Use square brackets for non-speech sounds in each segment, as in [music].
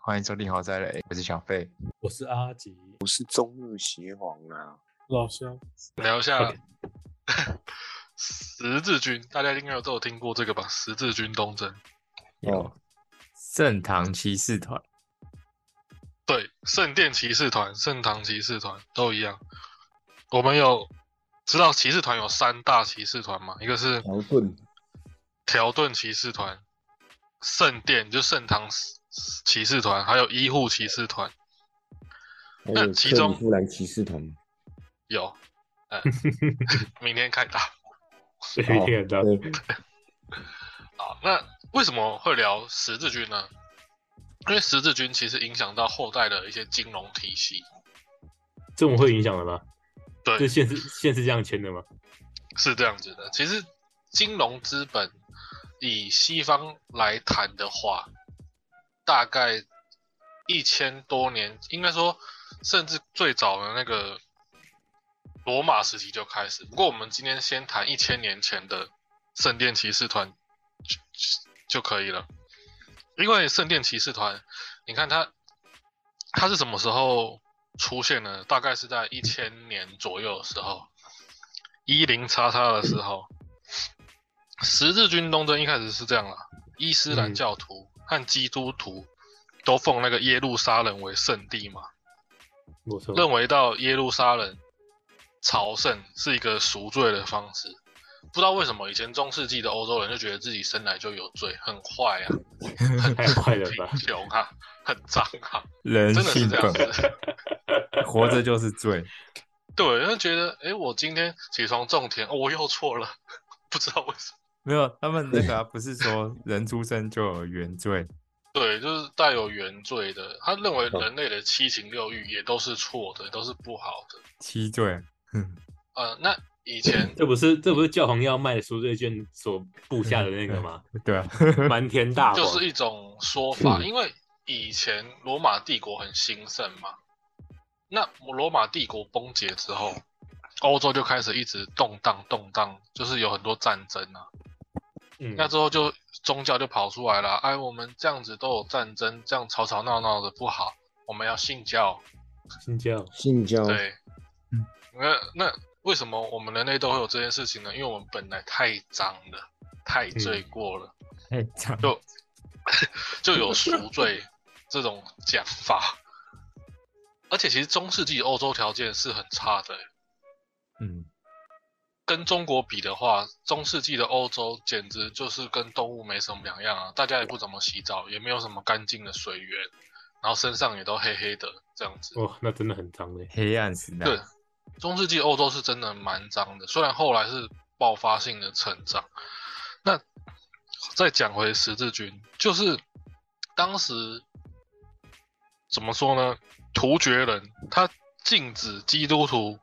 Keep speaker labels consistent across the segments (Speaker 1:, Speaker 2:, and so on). Speaker 1: 欢迎收听豪宅雷，我是小费。
Speaker 2: 我是阿吉，
Speaker 3: 是中日协皇啊，
Speaker 2: 老乡，
Speaker 4: 聊一下 [laughs] 十字军，大家应该有都有听过这个吧？十字军东征，
Speaker 1: 有盛唐骑士团，
Speaker 4: 对，圣殿骑士团、盛唐骑士团都一样。我们有知道骑士团有三大骑士团嘛？一个是
Speaker 3: 矛
Speaker 4: [laughs]
Speaker 3: 盾
Speaker 4: 条顿骑士团、圣殿就盛唐骑士团，还有医护骑士团。
Speaker 3: 还
Speaker 4: 那
Speaker 3: 有
Speaker 4: 其
Speaker 3: 克
Speaker 4: 中
Speaker 3: 里夫兰骑士团，
Speaker 4: 有，呃，明天开打。
Speaker 2: 随便的，
Speaker 3: 对，
Speaker 4: 好，那为什么会聊十字军呢？因为十字军其实影响到后代的一些金融体系。
Speaker 2: 这么会影响的吗？
Speaker 4: 对
Speaker 2: 这现是现是这样签的吗？
Speaker 4: 是这样子的，其实金融资本以西方来谈的话，大概一千多年，应该说甚至最早的那个罗马时期就开始。不过我们今天先谈一千年前的圣殿骑士团就就就可以了，因为圣殿骑士团，你看它它是什么时候出现呢？大概是在一千年左右的时候。一零叉叉的时候，十字军东征一开始是这样啦，伊斯兰教徒和基督徒都奉那个耶路撒冷为圣地嘛，
Speaker 2: 我错，
Speaker 4: 认为到耶路撒冷朝圣是一个赎罪的方式。不知道为什么，以前中世纪的欧洲人就觉得自己生来就有罪，很坏啊，
Speaker 2: 太坏了吧！
Speaker 4: 很穷啊，很脏啊，
Speaker 1: 人
Speaker 4: 真的是
Speaker 1: 性
Speaker 4: 这样
Speaker 1: 本
Speaker 4: 子。 [laughs]
Speaker 1: 恶，活着就是罪。
Speaker 4: 对，就觉得，诶，我今天起床种田，哦、我又错了， [laughs] 不知道为什么。
Speaker 1: 没有，他们那个 [laughs] 啊、不是说人出生就有原罪，
Speaker 4: 对，就是带有原罪的。他认为
Speaker 2: 嗯
Speaker 4: 人类的七情六欲也都是错的，都是不好的。
Speaker 1: 七罪。嗯，
Speaker 4: 呃，那以前
Speaker 2: 这不是这不是教皇要卖的赎罪券所布下的那个吗？
Speaker 1: 对啊，
Speaker 2: [laughs] 瞒天大谎，
Speaker 4: 就是一种说法，因为以前罗马帝国很兴盛嘛，那罗马帝国崩解之后，欧洲就开始一直动荡动荡，就是有很多战争啊。
Speaker 2: 嗯
Speaker 4: 那之后就宗教就跑出来了，哎，我们这样子都有战争，这样吵吵闹闹的不好，我们要信教。
Speaker 2: 新教
Speaker 3: 性
Speaker 2: 哦
Speaker 3: 交
Speaker 4: 对，
Speaker 1: 嗯
Speaker 4: 那那为什么我们人类都会有这件事情呢？因为我们本来太脏了，
Speaker 2: 嗯
Speaker 4: 太罪过了，
Speaker 1: 太脏了。
Speaker 4: 就就有赎罪这种讲法。而且其实中世纪欧洲条件是很差的欸，
Speaker 1: 嗯，
Speaker 4: 跟中国比的话，中世纪的欧洲简直就是跟动物没什么两样啊！大家也不怎么洗澡，也没有什么干净的水源，然后身上也都黑黑的这样子。
Speaker 2: 哇，那真的很脏嘞。
Speaker 1: 黑暗时代。
Speaker 4: 对，中世纪欧洲是真的蛮脏的，虽然后来是爆发性的成长。那再讲回十字军，就是当时怎么说呢？突厥人他禁止基督徒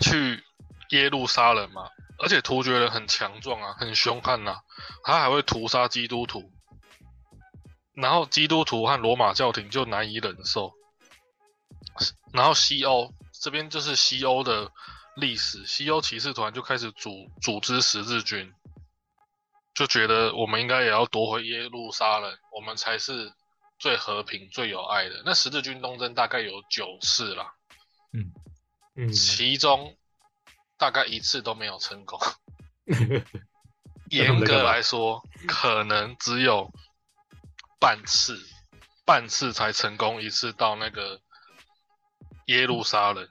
Speaker 4: 去耶路撒冷嘛，而且突厥人很强壮啊，很凶悍呐、他还会屠杀基督徒，然后基督徒和罗马教廷就难以忍受。然后西欧这边就是西欧的历史，西欧骑士团就开始组组织十字军，就觉得我们应该也要夺回耶路撒冷，我们才是最和平、最有爱的。那十字军东征大概有九次啦，
Speaker 2: 嗯，
Speaker 4: 其中大概一次都没有成功。
Speaker 2: 那他
Speaker 4: 严
Speaker 2: 们在干嘛
Speaker 4: 格来说，可能只有半次，半次才成功一次到那个耶路撒冷。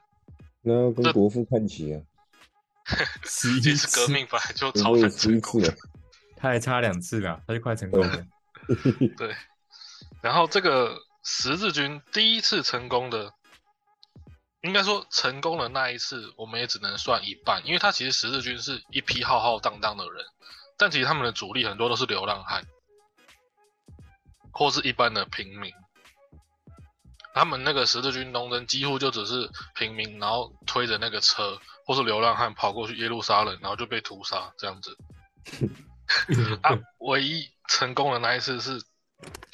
Speaker 3: 那要跟国父看齐啊，
Speaker 1: 十一
Speaker 4: 其实革
Speaker 1: 次
Speaker 4: 命本来就
Speaker 3: 国
Speaker 4: 超
Speaker 3: 父也
Speaker 4: 难
Speaker 3: 十一次
Speaker 4: 成
Speaker 3: 啊
Speaker 4: 功
Speaker 3: 了
Speaker 4: 的。，
Speaker 1: 他还差两次了，他就快成功了。
Speaker 4: 对，然后这个十字军第一次成功的，应该说成功的那一次，我们也只能算一半，因为他其实十字军是一批浩浩荡荡的人，但其实他们的主力很多都是流浪汉，或是一般的平民。他们那个十字军东征几乎就只是平民，然后推着那个车或是流浪汉跑过去耶路撒冷，然后就被屠杀这样子。 [laughs] 啊，
Speaker 2: [laughs]
Speaker 4: 唯一成功的那一次是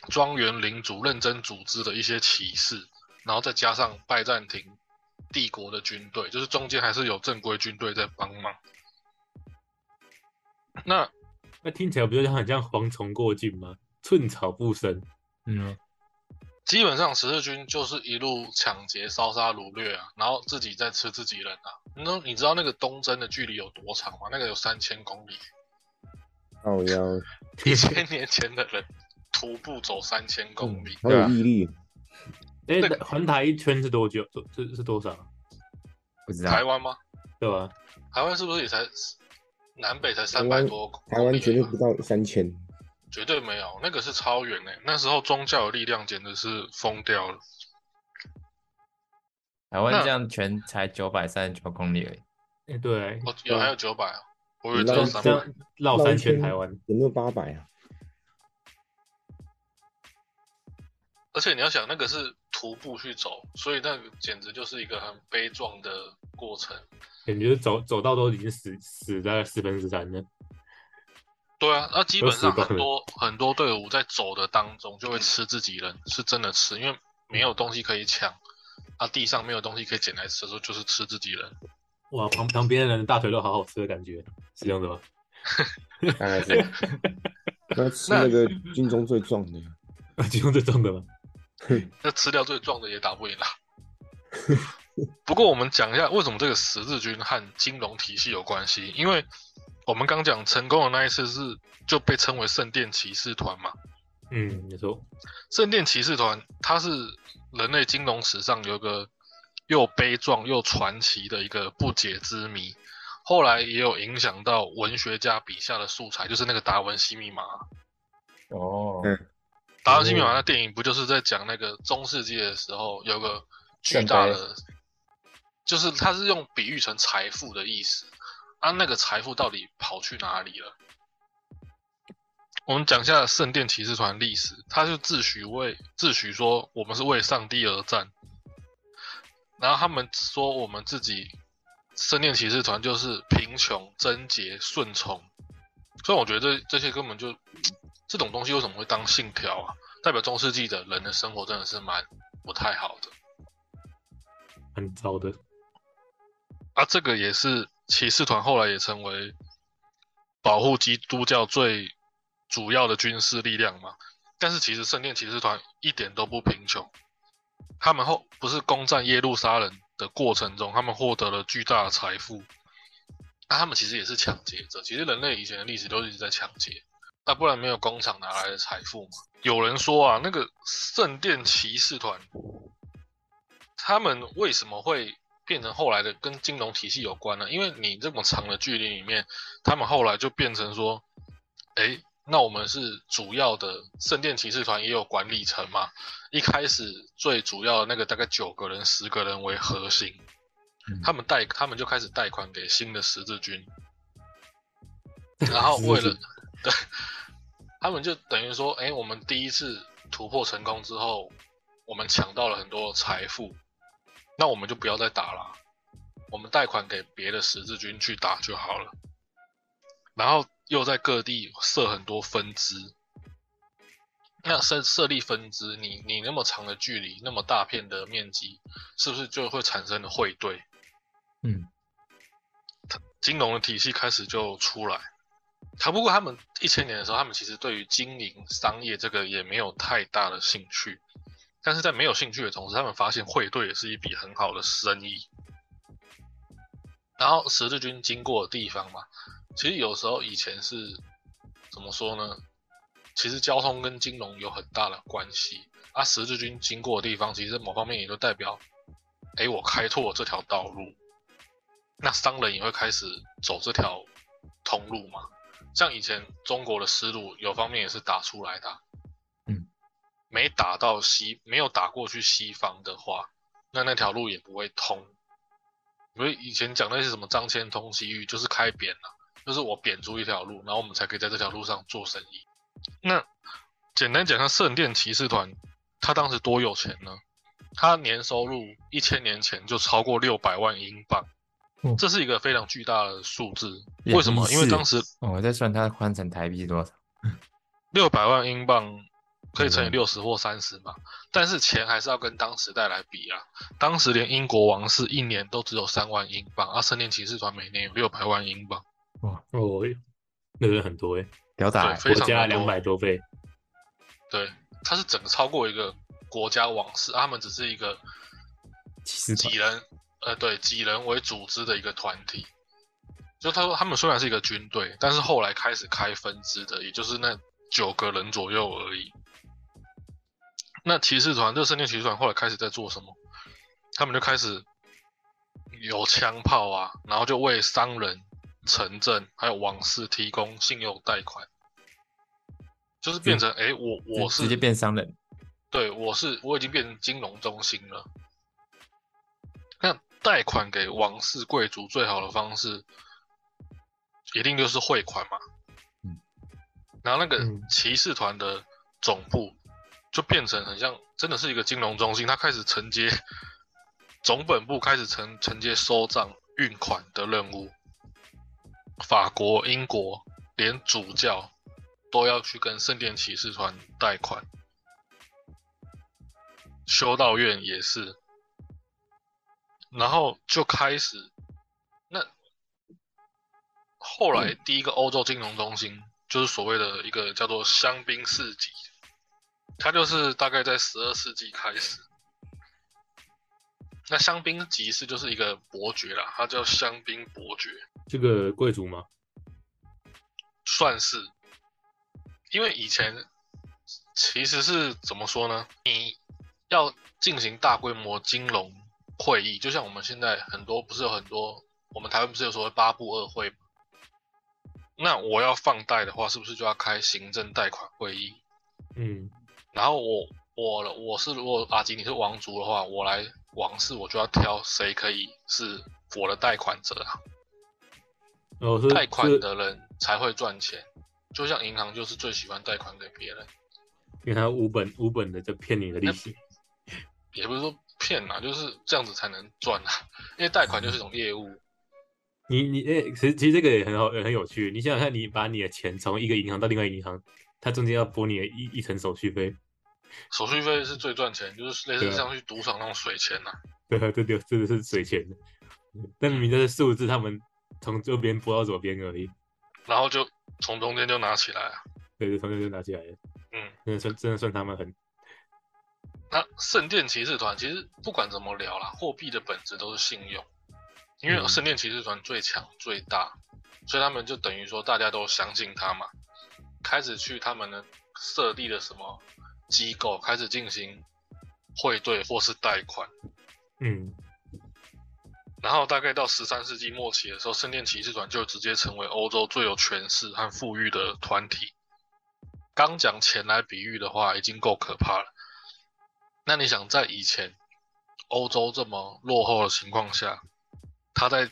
Speaker 4: 庄园领主认真组织的一些骑士，然后再加上拜占庭帝国的军队，就是中间还是有正规军队在帮忙。那
Speaker 2: 那听起来不就很像蝗虫过境吗？寸草不生，
Speaker 1: 嗯，
Speaker 4: 基本上十字军就是一路抢劫、烧杀掳掠啊，然后自己再吃自己人啊。那你知道那个东征的距离有多长吗？那个有三千公里，
Speaker 3: 靠
Speaker 4: 啊
Speaker 3: 腰，
Speaker 4: 一千年前的人徒步走三千公里，
Speaker 3: 好
Speaker 1: 对
Speaker 3: 有
Speaker 1: 啊
Speaker 3: 毅力，
Speaker 2: 哎
Speaker 4: 那个，
Speaker 2: 环台一圈是多久？多是是多少啊？
Speaker 1: 不知
Speaker 4: 台
Speaker 1: 道，
Speaker 4: 湾吗？
Speaker 2: 对吧？
Speaker 4: 台湾是不是也才南北才
Speaker 3: 台
Speaker 4: 三
Speaker 3: 湾
Speaker 4: 百多公里
Speaker 3: 台湾绝对
Speaker 4: 而已
Speaker 3: 不
Speaker 4: 吧
Speaker 3: 到三千，
Speaker 4: 绝对没有，那个是超远诶、那时候宗教的力量简直是疯掉了。
Speaker 1: 台湾这样全才九百三十九公里而已，
Speaker 2: 哎，对，
Speaker 4: 哦，
Speaker 3: 啊
Speaker 4: 有还有九百、哦，我以为只
Speaker 2: 这
Speaker 4: 有
Speaker 2: 样
Speaker 4: 三
Speaker 2: 这
Speaker 4: 百。
Speaker 2: 样绕三圈台湾，
Speaker 3: 有没有八百啊？
Speaker 4: 而且你要想，那个是徒步去走，所以那个简直就是一个很悲壮的过程。
Speaker 2: 感觉走走到都已经死死在四分之三了。
Speaker 4: 对啊，那基本上
Speaker 2: 都死光了
Speaker 4: 很多很多队伍在走的当中就会吃自己人，是真的吃，因为没有东西可以抢，啊，地上没有东西可以捡来吃，所以就是吃自己人。
Speaker 2: 哇，旁旁边的人的大腿都好好吃的感觉，是这样的 [laughs] 吗？
Speaker 3: 大概
Speaker 4: [laughs]
Speaker 3: 是。那吃那个军中最壮的，
Speaker 2: 就用这种的吗？
Speaker 4: 那吃掉最壮的也打不赢啦。不过我们讲一下为什么这个十字军和金融体系有关系，因为我们刚讲成功的那一次是就被称为圣殿骑士团嘛。
Speaker 2: 嗯，你说
Speaker 4: 圣殿骑士团它是人类金融史上有一个又悲壮又传奇的一个不解之谜，后来也有影响到文学家笔下的素材，就是那个达文西密码。
Speaker 1: 哦
Speaker 3: 嗯
Speaker 4: 达文西密码那电影不就是在讲那个中世纪的时候有个巨大的，就是它是用比喻成财富的意思，啊，那个财富到底跑去哪里了？我们讲一下圣殿骑士团历史，他就自诩为自诩说我们是为上帝而战，然后他们说我们自己圣殿骑士团就是贫穷、贞洁、顺从，所以我觉得这这些根本就这种东西为什么会当信条啊？代表中世纪的人的生活真的是蛮不太好的
Speaker 2: 很糟的。
Speaker 4: 啊。这个也是骑士团后来也成为保护基督教最主要的军事力量嘛。但是其实圣殿骑士团一点都不贫穷，他们后不是攻占耶路撒冷的过程中，他们获得了巨大的财富。那、他们其实也是抢劫者，其实人类以前的历史都一直在抢劫，那不然没有工厂哪来的财富嘛？有人说啊，那个圣殿骑士团，他们为什么会变成后来的跟金融体系有关呢？因为你这么长的距离里面，他们后来就变成说，诶，那我们是主要的圣殿骑士团也有管理层嘛？一开始最主要的那个大概九个人、十个人为核心
Speaker 1: 嗯，
Speaker 4: 他们贷，他们就开始贷款给新的十字军，然后为了 [laughs] 对，他们就等于说，哎、我们第一次突破成功之后，我们抢到了很多财富，那我们就不要再打了，啊我们贷款给别的十字军去打就好了。然后又在各地设很多分支。那设设立分支，你你那么长的距离，那么大片的面积，是不是就会产生汇兑？
Speaker 1: 嗯，
Speaker 4: 金融的体系开始就出来。他不过他们一千年的时候，他们其实对于经营商业这个也没有太大的兴趣，但是在没有兴趣的同时，他们发现汇兑也是一笔很好的生意。然后十字军经过的地方嘛，其实有时候以前是怎么说呢？其实交通跟金融有很大的关系。啊，十字军经过的地方，其实某方面也就代表，哎，我开拓了这条道路，那商人也会开始走这条通路嘛。像以前中国的丝路，有方面也是打出来的啊，
Speaker 1: 嗯，
Speaker 4: 没打到西，没有打过去西方的话，那那条路也不会通。所以以前讲那些什么张骞通西域，就是开扁了、就是我贬出一条路，然后我们才可以在这条路上做生意。那简单讲，下圣殿骑士团他当时多有钱呢？他年收入一千年前就超过六百万英镑
Speaker 1: 嗯，
Speaker 4: 这是一个非常巨大的数字。
Speaker 1: 也
Speaker 4: 为什么？
Speaker 1: 是
Speaker 4: 因为当时
Speaker 1: 哦我在算它换成台币多少，
Speaker 4: 六百万英镑可以乘以六十或三十嘛，但是钱还是要跟当时代来比啊。当时连英国王室一年都只有三万英镑，而、啊、圣殿骑士团每年有六百万英镑。
Speaker 2: 哦，那个人很多哎，
Speaker 1: 屌打
Speaker 4: 对
Speaker 1: 欸，
Speaker 4: 非
Speaker 2: 国
Speaker 4: 常
Speaker 2: 家
Speaker 4: 多
Speaker 2: 两百多倍，
Speaker 4: 对，它是整个超过一个国家往事，啊他们只是一个
Speaker 1: 骑士团
Speaker 4: 几人，呃，对，几人为组织的一个团体。就他说，他们虽然是一个军队，但是后来开始开分支的，也就是那九个人左右而已。那骑士团，这个圣殿骑士团后来开始在做什么？他们就开始有枪炮啊，然后就为商人、城镇还有王室提供信用贷款，就是变成，哎、我我
Speaker 1: 直嗯
Speaker 4: 是
Speaker 1: 直接变商人，
Speaker 4: 对，我是我已经变成金融中心了。那贷款给王室贵族最好的方式，一定就是汇款嘛。
Speaker 1: 嗯。
Speaker 4: 然后那个
Speaker 2: 嗯
Speaker 4: 骑士团的总部就变成很像，真的是一个金融中心，它开始承接总本部开始承承接收账、运款的任务。法国、英国连主教都要去跟圣殿骑士团贷款。修道院也是，然后就开始那后来第一个欧洲金融中心就是所谓的一个叫做香槟市集，它就是大概在十二世纪开始。那香槟集市就是一个伯爵啦，它叫香槟伯爵，
Speaker 2: 这个贵族吗？
Speaker 4: 算是，因为以前其实是怎么说呢？你要进行大规模金融会议，就像我们现在很多不是有很多，我们台湾不是有所谓八部二会吗？那我要放贷的话，是不是就要开行政贷款会议？
Speaker 2: 嗯，
Speaker 4: 然后我我我是如果阿吉你是王族的话，我来王室我就要挑谁可以是我的贷款者啊。
Speaker 2: 哦，是
Speaker 4: 贷款
Speaker 2: 是
Speaker 4: 的人才会赚钱，就像银行就是最喜欢贷款给别人，
Speaker 2: 因为他无本无本的在骗你的利息。
Speaker 4: 也不是说骗啦，就是这样子才能赚啦。因为贷款就是一种业务，
Speaker 2: 你你诶、其实其实这个也很好，也很有趣。你想想看，你把你的钱从一个银行到另外一个银行，它中间要拨你的一一层手续费， [laughs]
Speaker 4: 手续费是最赚钱，就是类
Speaker 2: 对
Speaker 4: 似
Speaker 2: 啊
Speaker 4: 像去赌场那种水钱呐、
Speaker 2: 对啊，这就真的是水钱的。但明明就是数字，他们从右边拨到左边而已，
Speaker 4: 然后就从中间就拿起来啊。
Speaker 2: 对，就从这边拿起来了。
Speaker 4: 嗯，
Speaker 2: 真的算真的算他们很
Speaker 4: 那圣殿骑士团其实不管怎么聊啦，货币的本质都是信用，因为
Speaker 2: 嗯
Speaker 4: 圣殿骑士团最强最大，所以他们就等于说大家都相信他嘛，开始去他们的设立的什么机构开始进行汇兑或是贷款，
Speaker 2: 嗯
Speaker 4: 然后大概到十三世纪末期的时候，圣殿骑士团就直接成为欧洲最有权势和富裕的团体。刚讲钱来比喻的话，已经够可怕了。那你想，在以前欧洲这么落后的情况下，他在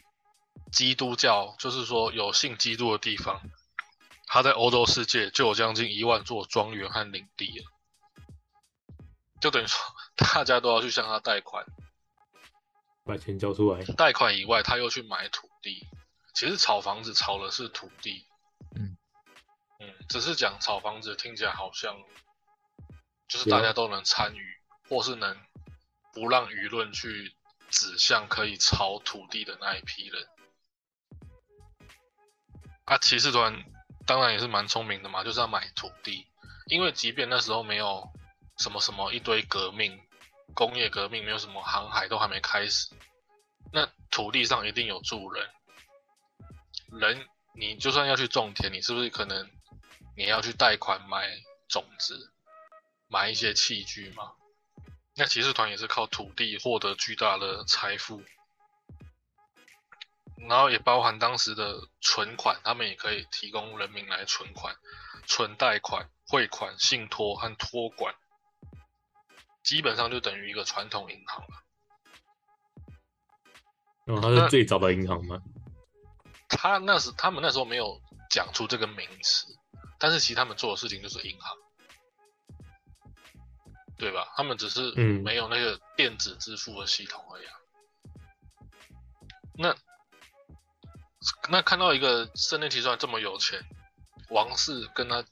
Speaker 4: 基督教，就是说有信基督的地方，他在欧洲世界就有将近一万座庄园和领地了，就等于说 [laughs] 大家都要去向他贷款。
Speaker 2: 把钱交出来。
Speaker 4: 贷款以外，他又去买土地。其实炒房子炒的是土地，
Speaker 1: 嗯
Speaker 4: 嗯，只是讲炒房子听起来好像就是
Speaker 2: 对啊
Speaker 4: 大家都能参与，或是能不让舆论去指向可以炒土地的那一批人。啊，骑士团当然也是蛮聪明的嘛，就是要买土地，因为即便那时候没有什么什么一堆革命，工业革命没有什么航海都还没开始，那土地上一定有住人，人你就算要去种田，你是不是可能你要去贷款买种子，买一些器具嘛？那骑士团也是靠土地获得巨大的财富，然后也包含当时的存款，他们也可以提供人民来存款、存贷款、汇款、信托和托管，基本上就等于一个传统银行了。
Speaker 2: 然后它是最早的银行嘛，
Speaker 4: 他那时他们那时候没有讲出这个名词，但是其实他们做的事情就是银行，对吧？他们只是
Speaker 2: 嗯
Speaker 4: 没有那个电子支付的系统而已、啊。那那看到一个圣殿骑士团这么有钱，王室跟他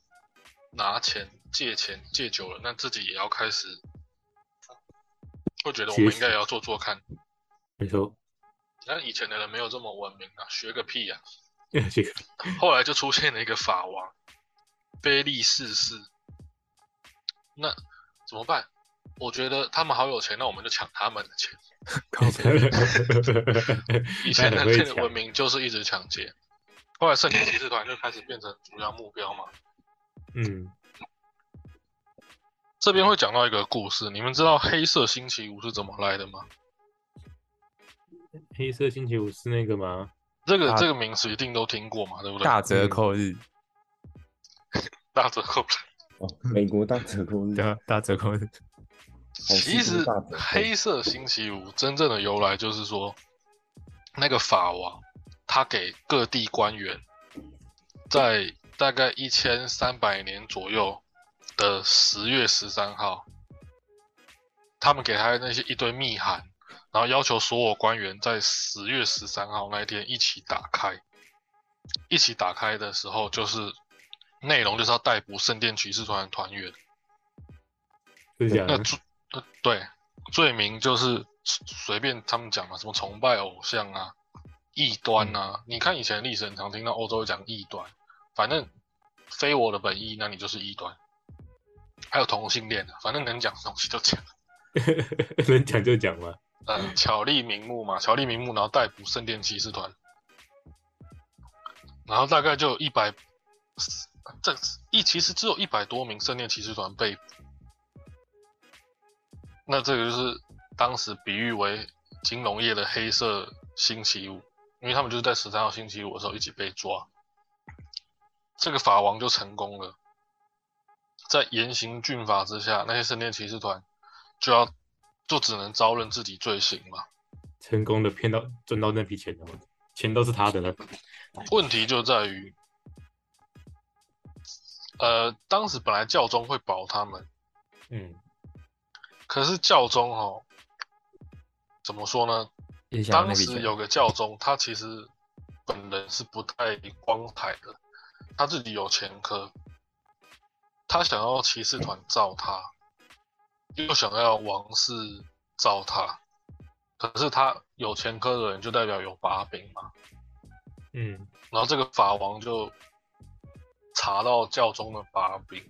Speaker 4: 拿钱借钱借久了，那自己也要开始会觉得我
Speaker 2: 学
Speaker 4: 们
Speaker 2: 习
Speaker 4: 应该也要做做看。
Speaker 2: 没错， [laughs]
Speaker 4: 那以前的人没有这么文明啊，学个屁啊！
Speaker 2: 这个
Speaker 4: 后来就出现了一个法王，菲利四世。那怎么办？我觉得他们好有钱，那我们就抢他们的钱。以
Speaker 2: 那
Speaker 4: 前的
Speaker 2: 很会
Speaker 4: 这个
Speaker 2: 抢
Speaker 4: 文明就是一直抢劫，后来圣骑士团就开始变成主要目标嘛。
Speaker 2: 嗯，
Speaker 4: 这边会讲到一个故事，你们知道黑色星期五是怎么来的吗？
Speaker 2: 黑色星期五是那个吗？
Speaker 4: 这个、
Speaker 1: 大
Speaker 4: 这个名词一定都听过嘛，对不对？
Speaker 1: 大折扣日，
Speaker 4: 大折扣。
Speaker 3: [laughs] 哦，美国大折扣日
Speaker 1: 对，啊，大折扣日，
Speaker 4: 其实黑色星期五真正的由来就是说，那个法王他给各地官员，在大概一千三百年左右的十月十三号，他们给他那些一堆密函，然后要求所有官员在十月十三号那一天一起打开。一起打开的时候，就是内容就是要逮捕圣殿骑士团的团员。
Speaker 2: 就是
Speaker 4: [laughs]
Speaker 2: 讲
Speaker 4: 那罪，呃，对，罪名就是随随便他们讲嘛，什么崇拜偶像啊、异端啊。你看以前历史很常听到欧洲讲异端，反正非我的本意，那你就是异端。还有同性恋的，反正能讲的东西就讲。
Speaker 2: 能讲就讲嘛。
Speaker 4: 嗯，巧立名目嘛，巧立名目，然后逮捕圣殿骑士团，然后大概就有一百，这一其实只有一百多名圣殿骑士团被捕。那这个就是当时比喻为金融业的黑色星期五，因为他们就是在十三号星期五的时候一起被抓。这个法王就成功了，在严刑峻法之下，那些圣殿骑士团就要就只能招认自己罪行嘛。
Speaker 2: 成功的骗到赚到那批钱了嘛，钱都是他的了。
Speaker 4: 问题就在于，呃，当时本来教宗会保他们，
Speaker 2: 嗯，
Speaker 4: 可是教宗哦，怎么说呢？
Speaker 1: 也想要那
Speaker 4: 当
Speaker 1: 笔
Speaker 4: 时
Speaker 1: 钱
Speaker 4: 有个教宗，他其实本人是不太光彩的，他自己有前科，他想要骑士团造他，又想要王室造他，可是他有前科的人就代表有把柄嘛。
Speaker 2: 嗯，
Speaker 4: 然后这个法王就查到教宗的把柄，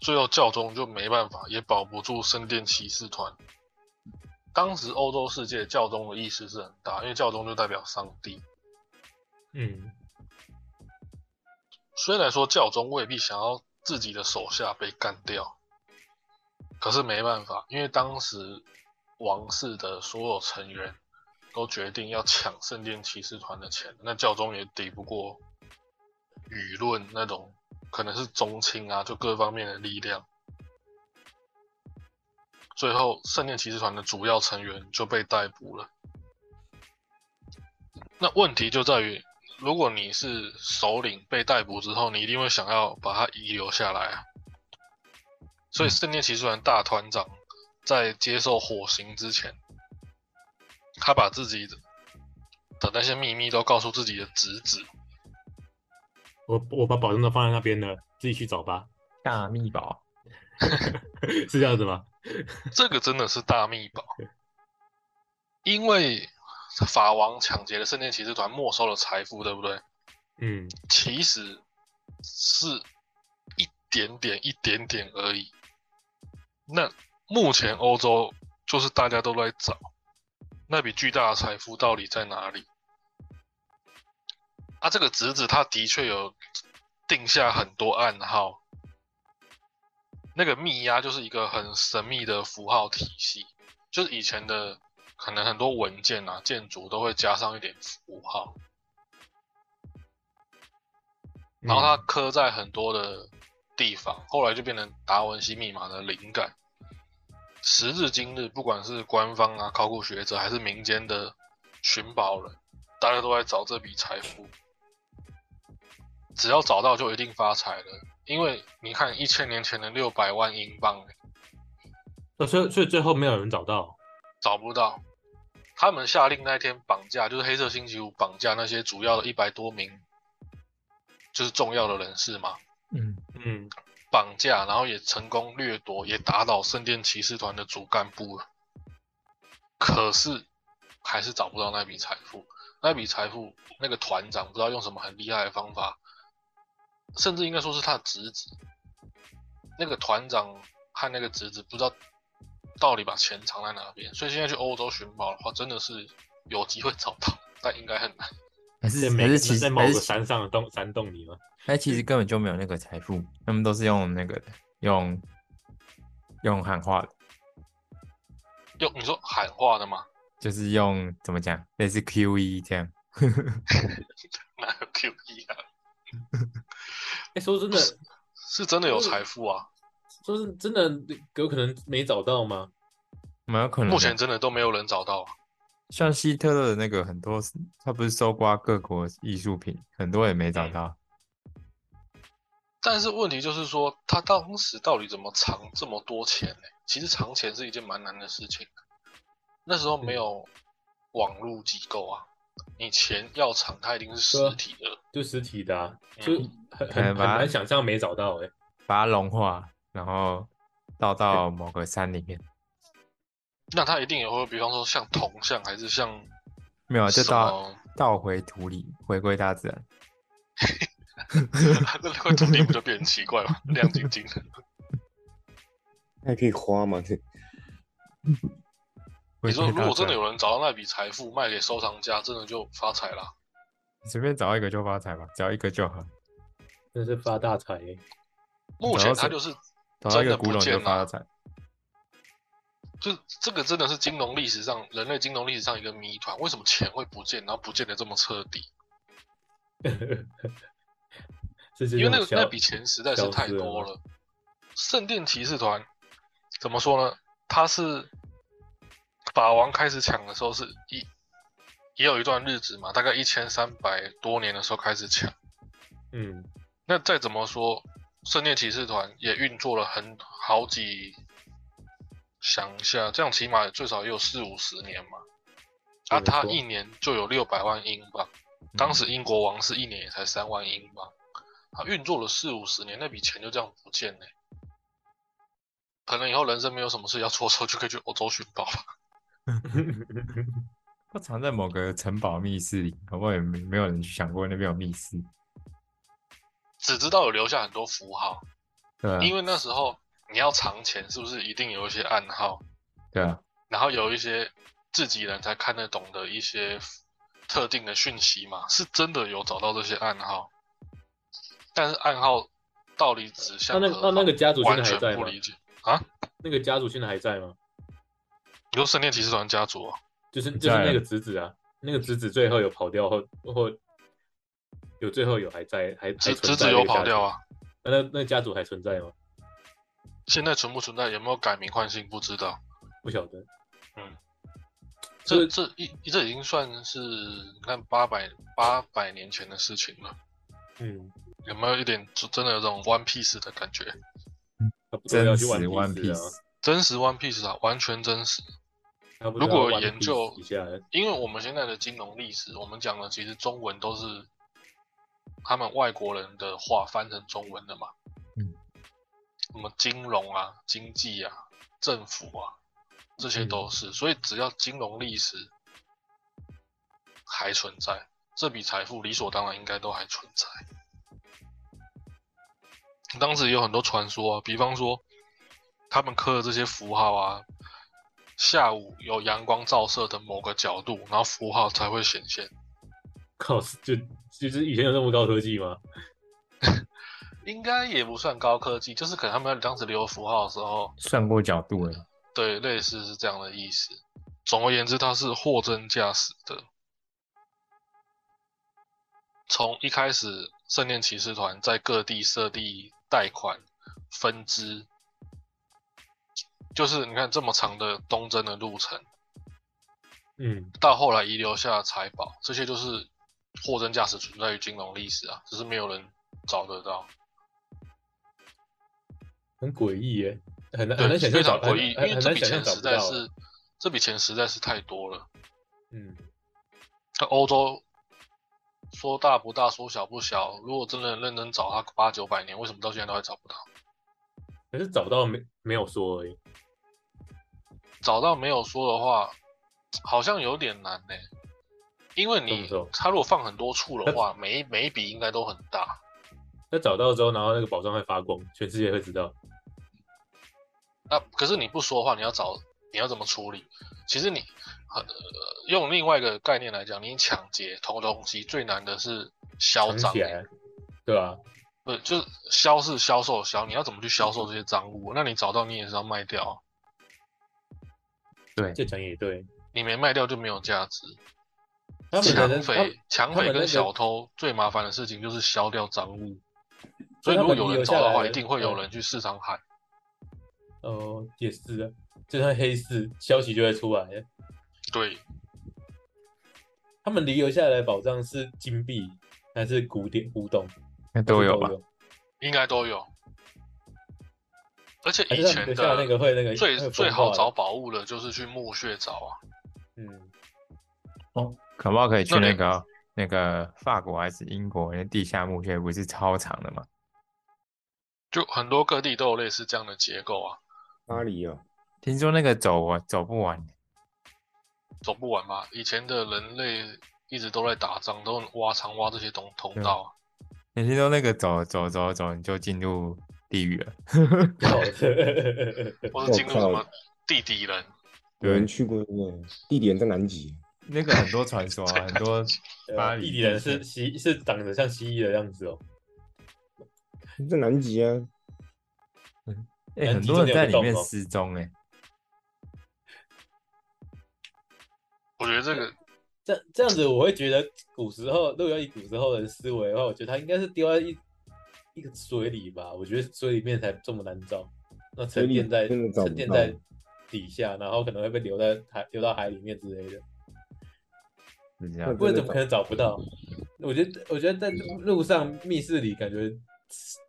Speaker 4: 最后教宗就没办法，也保不住圣殿骑士团。当时欧洲世界教宗的意识是很大，因为教宗就代表上帝。
Speaker 2: 嗯，
Speaker 4: 虽然说教宗未必想要自己的手下被干掉，可是没办法，因为当时王室的所有成员都决定要抢圣殿骑士团的钱，那教宗也抵不过舆论那种可能是宗亲啊，就各方面的力量。最后，圣殿骑士团的主要成员就被逮捕了。那问题就在于，如果你是首领被逮捕之后，你一定会想要把他遗留下来啊。所以圣殿骑士团大团长在接受火刑之前，他把自己的的那些秘密都告诉自己的侄子，
Speaker 2: 我我把保证都放在那边了，自己去找吧， [laughs]
Speaker 1: 大密宝，
Speaker 2: 是这样子吗？
Speaker 4: 这个真的是大秘宝，因为法王抢劫了圣殿骑士团没收了财富，对不对？
Speaker 2: 嗯，
Speaker 4: 其实是一点点、一点点而已。那目前欧洲就是大家都在找那笔巨大的财富到底在哪里？啊，这个侄子他的确有定下很多暗号，那个密押就是一个很神秘的符号体系，就是以前的可能很多文件啊、建筑都会加上一点符号。然后它刻在很多的地方，后来就变成达文西密码的灵感。时至今日，不管是官方啊、考古学者，还是民间的寻宝人，大家都在找这笔财富。只要找到，就一定发财了。因为你看，一千年前的六百万英镑欸
Speaker 2: 嗯，所以所以最后没有人找到，
Speaker 4: 找不到，他们下令那天绑架，就是黑色星期五绑架那些主要的一百多名，就是重要的人士嘛。
Speaker 1: 嗯，
Speaker 2: 嗯，
Speaker 4: 绑架，然后也成功掠夺，也打倒圣殿骑士团的主干部了。可是还是找不到那笔财富，那笔财富那个团长不知道用什么很厉害的方法，甚至应该说是他的侄子，那个团长和那个侄子不知道道理把钱藏在哪边，所以现在去欧洲寻宝的话，真的是有机会找到，但应该很难。
Speaker 1: 还
Speaker 2: 在
Speaker 1: 是
Speaker 2: 每
Speaker 1: 还
Speaker 2: 个
Speaker 1: 是其实
Speaker 2: 在某
Speaker 1: 还
Speaker 2: 个
Speaker 1: 是
Speaker 2: 山上的洞山洞里吗？
Speaker 1: 哎，其实根本就没有那个财富，他们都是用那个的，用用喊话的，
Speaker 4: 用你说喊话的吗？
Speaker 1: 就是用怎么讲，类似 QE 这样。
Speaker 4: [laughs] 哪有 QE 啊？
Speaker 2: 哎、说真的，
Speaker 4: 是真的有财富啊！
Speaker 2: 说是真的，有可能没找到吗？
Speaker 1: 蛮有可能的。
Speaker 4: 目前真的都没有人找到啊。
Speaker 1: 像希特勒的那个很多，他不是搜刮各国艺术品，很多也没找
Speaker 4: 嗯
Speaker 1: 到。
Speaker 4: 但是问题就是说，他当时到底怎么藏这么多钱呢？其实藏钱是一件蛮难的事情，啊那时候没有网络机构啊，你钱要藏，它一定是
Speaker 2: 对
Speaker 4: 实
Speaker 2: 啊
Speaker 4: 体的。
Speaker 2: 就实体的、啊，
Speaker 4: 嗯
Speaker 2: 就很
Speaker 1: 可
Speaker 2: 很
Speaker 1: 能
Speaker 2: 很
Speaker 1: 吧
Speaker 2: 难想象没找到哎、
Speaker 1: 把它融化，然后倒到某个山里面。
Speaker 4: 那它一定也会，比方说像铜像，还是像
Speaker 1: 没有啊，就
Speaker 4: 什
Speaker 1: 倒
Speaker 4: 么？
Speaker 1: 倒回土里，回归大自然。
Speaker 4: [laughs] 那块土地不就变很奇怪吗？亮晶晶的。
Speaker 3: 还可以花吗？这
Speaker 1: 回
Speaker 4: 你说
Speaker 1: 归
Speaker 4: 如
Speaker 1: 大
Speaker 4: 果
Speaker 1: 自
Speaker 4: 真的
Speaker 1: 然
Speaker 4: 有人找到那笔财富卖给收藏家，真的就发财啦。
Speaker 1: 随便找一个就发财吧，只要一个就好。
Speaker 2: 真的是发大财哎、
Speaker 4: 目
Speaker 1: 找到
Speaker 4: 前它
Speaker 1: 谁
Speaker 4: 就是
Speaker 1: 找到一
Speaker 4: 真
Speaker 1: 个
Speaker 4: 的
Speaker 1: 古
Speaker 4: 不
Speaker 1: 董就
Speaker 4: 见
Speaker 1: 发
Speaker 4: 了，
Speaker 1: 财。
Speaker 4: 就这个真的是金融历史上人类金融历史上一个谜团，为什么钱会不见，然后不见得这么彻底？
Speaker 2: 这是
Speaker 4: 因为那
Speaker 2: 种小
Speaker 4: 个那笔钱实在是太多了。圣殿骑士团怎么说呢？他是法王开始抢的时候是一也有一段日子嘛，大概一千三百多年的时候开始抢。
Speaker 2: 嗯， [laughs]
Speaker 4: 那再怎么说，圣殿骑士团也运作了很好几，想一下，这样起码最少也有四五十年嘛。
Speaker 2: 对
Speaker 4: 啊，
Speaker 2: 没错嗯
Speaker 4: 他一年就有六百万英镑，当时英国王室一年也才三万英镑，他运作了四五十年，那笔钱就这样不见了。可能以后人生没有什么事要做的时候，就可以去欧洲寻宝吧。
Speaker 1: 我藏在某个城堡密室里，好不好？也没没有人去想过那边有密室。
Speaker 4: 只知道有留下很多符号，
Speaker 1: 对啊，
Speaker 2: 嗯
Speaker 4: 因为那时候你要藏钱，是不是一定有一些暗号？
Speaker 1: 对啊，
Speaker 4: 然后有一些自己人才看得懂的一些特定的讯息嘛，是真的有找到这些暗号，但是暗号道理指向
Speaker 2: 那那
Speaker 4: 何方
Speaker 2: 那那个家族现在
Speaker 4: 完
Speaker 2: 还
Speaker 4: 全
Speaker 2: 在
Speaker 4: 不
Speaker 2: 吗
Speaker 4: 理解。
Speaker 2: 那个家族现在还在吗？
Speaker 4: 你说圣殿骑士团家族、啊，
Speaker 2: 就是就
Speaker 1: 在
Speaker 2: 是
Speaker 1: 啊
Speaker 2: 那个侄子啊，那个侄子最后有跑掉后后有最后有还在还还
Speaker 4: 侄
Speaker 2: 存在
Speaker 4: 侄子
Speaker 2: 那
Speaker 4: 有
Speaker 2: 个家
Speaker 4: 跑
Speaker 2: 族
Speaker 4: 掉啊？
Speaker 2: 那那那家族还存在吗？
Speaker 4: 现在存不存在，有没有改名换姓不知道。
Speaker 2: 不晓得。这
Speaker 4: 这这一这已经算是看八百八百年前的事情了，
Speaker 2: 嗯，
Speaker 4: 有没有一点就真的有这种 One Piece 的感觉？
Speaker 2: 他不
Speaker 1: 真
Speaker 2: 要
Speaker 1: 实
Speaker 2: 去玩
Speaker 1: One
Speaker 2: 啊
Speaker 1: Piece，
Speaker 4: 真实 One Piece 啊，完全真实。
Speaker 2: 他不
Speaker 4: 如
Speaker 2: 知道
Speaker 4: 果
Speaker 2: One
Speaker 4: 研
Speaker 2: Piece
Speaker 4: 究
Speaker 2: 一下，
Speaker 4: 因为我们现在的金融历史，我们讲的其实中文都是他们外国人的话翻成中文的嘛。
Speaker 1: 嗯。
Speaker 4: 什么金融啊、经济啊、政府啊，这些都是。所以只要金融历史还存在，这笔财富理所当然应该都还存在。当时也有很多传说、啊，比方说他们刻的这些符号啊，下午有阳光照射的某个角度，然后符号才会显现。
Speaker 2: 靠，就就是以前有那么高科技吗？
Speaker 4: 应该也不算高科技，就是可能他们当时留符号的时候，
Speaker 1: 算过角度了。
Speaker 4: 对，类似是这样的意思。总而言之，它是货真价实的。从一开始，圣殿骑士团在各地设立贷款分支，就是你看这么长的东征的路程，
Speaker 2: 嗯，
Speaker 4: 到后来遗留下的财宝，这些就是货真价实存在于金融历史啊，只是没有人找得到。
Speaker 2: 很诡异耶，很难很
Speaker 4: 对，
Speaker 2: 难想
Speaker 4: 非
Speaker 2: 象
Speaker 4: 常
Speaker 2: 找
Speaker 4: 诡异，
Speaker 2: 很
Speaker 4: 因为
Speaker 2: 很
Speaker 4: 这
Speaker 2: 难
Speaker 4: 笔
Speaker 2: 想象
Speaker 4: 钱
Speaker 2: 找
Speaker 4: 实
Speaker 2: 不
Speaker 4: 在
Speaker 2: 到。
Speaker 4: 是这笔钱实在是太多了。
Speaker 2: 嗯，
Speaker 4: 在欧洲说大不大，说小不小。如果真的认真找它八九百年，为什么到现在都还找不到？
Speaker 2: 可是找到没没有说而已。
Speaker 4: 找到没有说的话，好像有点难呢、因为
Speaker 2: 怎么
Speaker 4: 你
Speaker 2: 说
Speaker 4: 它如果放很多处的话，每一每一笔应该都很大。
Speaker 2: 那找到之后，然后那个宝藏会发光，全世界会知道。
Speaker 4: 那可是你不说话，你要找你要怎么处理？其实你很、呃、用另外一个概念来讲，你抢劫偷东西最难的是销
Speaker 2: 藏
Speaker 4: 赃欸
Speaker 2: 起，来，对吧、
Speaker 4: 不是就是销是销售销，你要怎么去销售这些赃物？啊那你找到你也是要卖掉啊，
Speaker 3: 对，
Speaker 2: 这讲也对，
Speaker 4: 你没卖掉就没有价值。
Speaker 2: 他们的
Speaker 4: 抢
Speaker 2: 人
Speaker 4: 匪、抢匪
Speaker 2: 他们那
Speaker 4: 跟
Speaker 2: 个
Speaker 4: 小偷最麻烦的事情就是销掉赃物，
Speaker 2: 所
Speaker 4: 所
Speaker 2: 以
Speaker 4: 以
Speaker 2: 他
Speaker 4: 如果
Speaker 2: 们
Speaker 4: 有人
Speaker 2: 留
Speaker 4: 找
Speaker 2: 下
Speaker 4: 的话，
Speaker 2: 来
Speaker 4: 一定会有
Speaker 2: 嗯
Speaker 4: 人去市场喊。
Speaker 2: 哦，也是的，就算黑市消息就会出来了。
Speaker 4: 对，
Speaker 2: 他们遗留下来的宝藏是金币还是古典古董？
Speaker 1: 应
Speaker 2: 哦
Speaker 1: 该都有吧？
Speaker 4: 应该都有。而且
Speaker 2: 还
Speaker 4: 以
Speaker 2: 是他们
Speaker 4: 前
Speaker 2: 留下来那
Speaker 4: 的
Speaker 2: 个会那个
Speaker 4: 最
Speaker 2: 会
Speaker 4: 最
Speaker 2: 哎风欸
Speaker 4: 好
Speaker 2: 化的
Speaker 4: 找，宝物的就是去墓穴找啊，
Speaker 2: 嗯，
Speaker 1: 哦，可不好可以去
Speaker 4: 那
Speaker 1: 那
Speaker 4: 你
Speaker 1: 个哦那个法国还是英国那地下墓穴，不是超长的吗？
Speaker 4: 就很多各地都有类似这样的结构啊，
Speaker 3: 巴黎啊，
Speaker 1: 听说那个走啊走不完，
Speaker 4: 走不完嘛。以前的人类一直都在打仗，都挖常挖这些东通道啊。
Speaker 1: 你听说那个走走走走你就进入地狱了。
Speaker 2: 好的，
Speaker 4: 或是进入什
Speaker 3: 我
Speaker 4: 么
Speaker 3: 靠
Speaker 4: 地底人，
Speaker 3: 有人去过那个地点在南极，
Speaker 1: 那个很多传说啊，很多 [laughs] 巴黎
Speaker 2: 地底人是蜥是长得像蜥蜴的样子哦，
Speaker 3: 在南极啊，
Speaker 1: 哎、
Speaker 2: 南
Speaker 1: 很
Speaker 2: 极
Speaker 1: 多
Speaker 2: 真
Speaker 1: 人
Speaker 2: 的
Speaker 1: 在
Speaker 2: 有
Speaker 1: 里
Speaker 2: 洞
Speaker 1: 面
Speaker 2: 哦
Speaker 1: 失踪哎、
Speaker 4: 我觉得这个
Speaker 2: 这样这样子，我会觉得古时候，如果要以古时候人思维的话，我觉得他应该是丢在一一个水里吧。我觉得水里面才这么难找，那沉淀在
Speaker 3: 水里真的找不
Speaker 2: 沉淀
Speaker 3: 到
Speaker 2: 在底下，然后可能会被留在海流到海里面之类的。
Speaker 1: 是这
Speaker 3: 那
Speaker 1: 样。
Speaker 2: 不然
Speaker 3: 真的
Speaker 2: 怎么可能找不到？我觉得，我觉得在路上密室里，感觉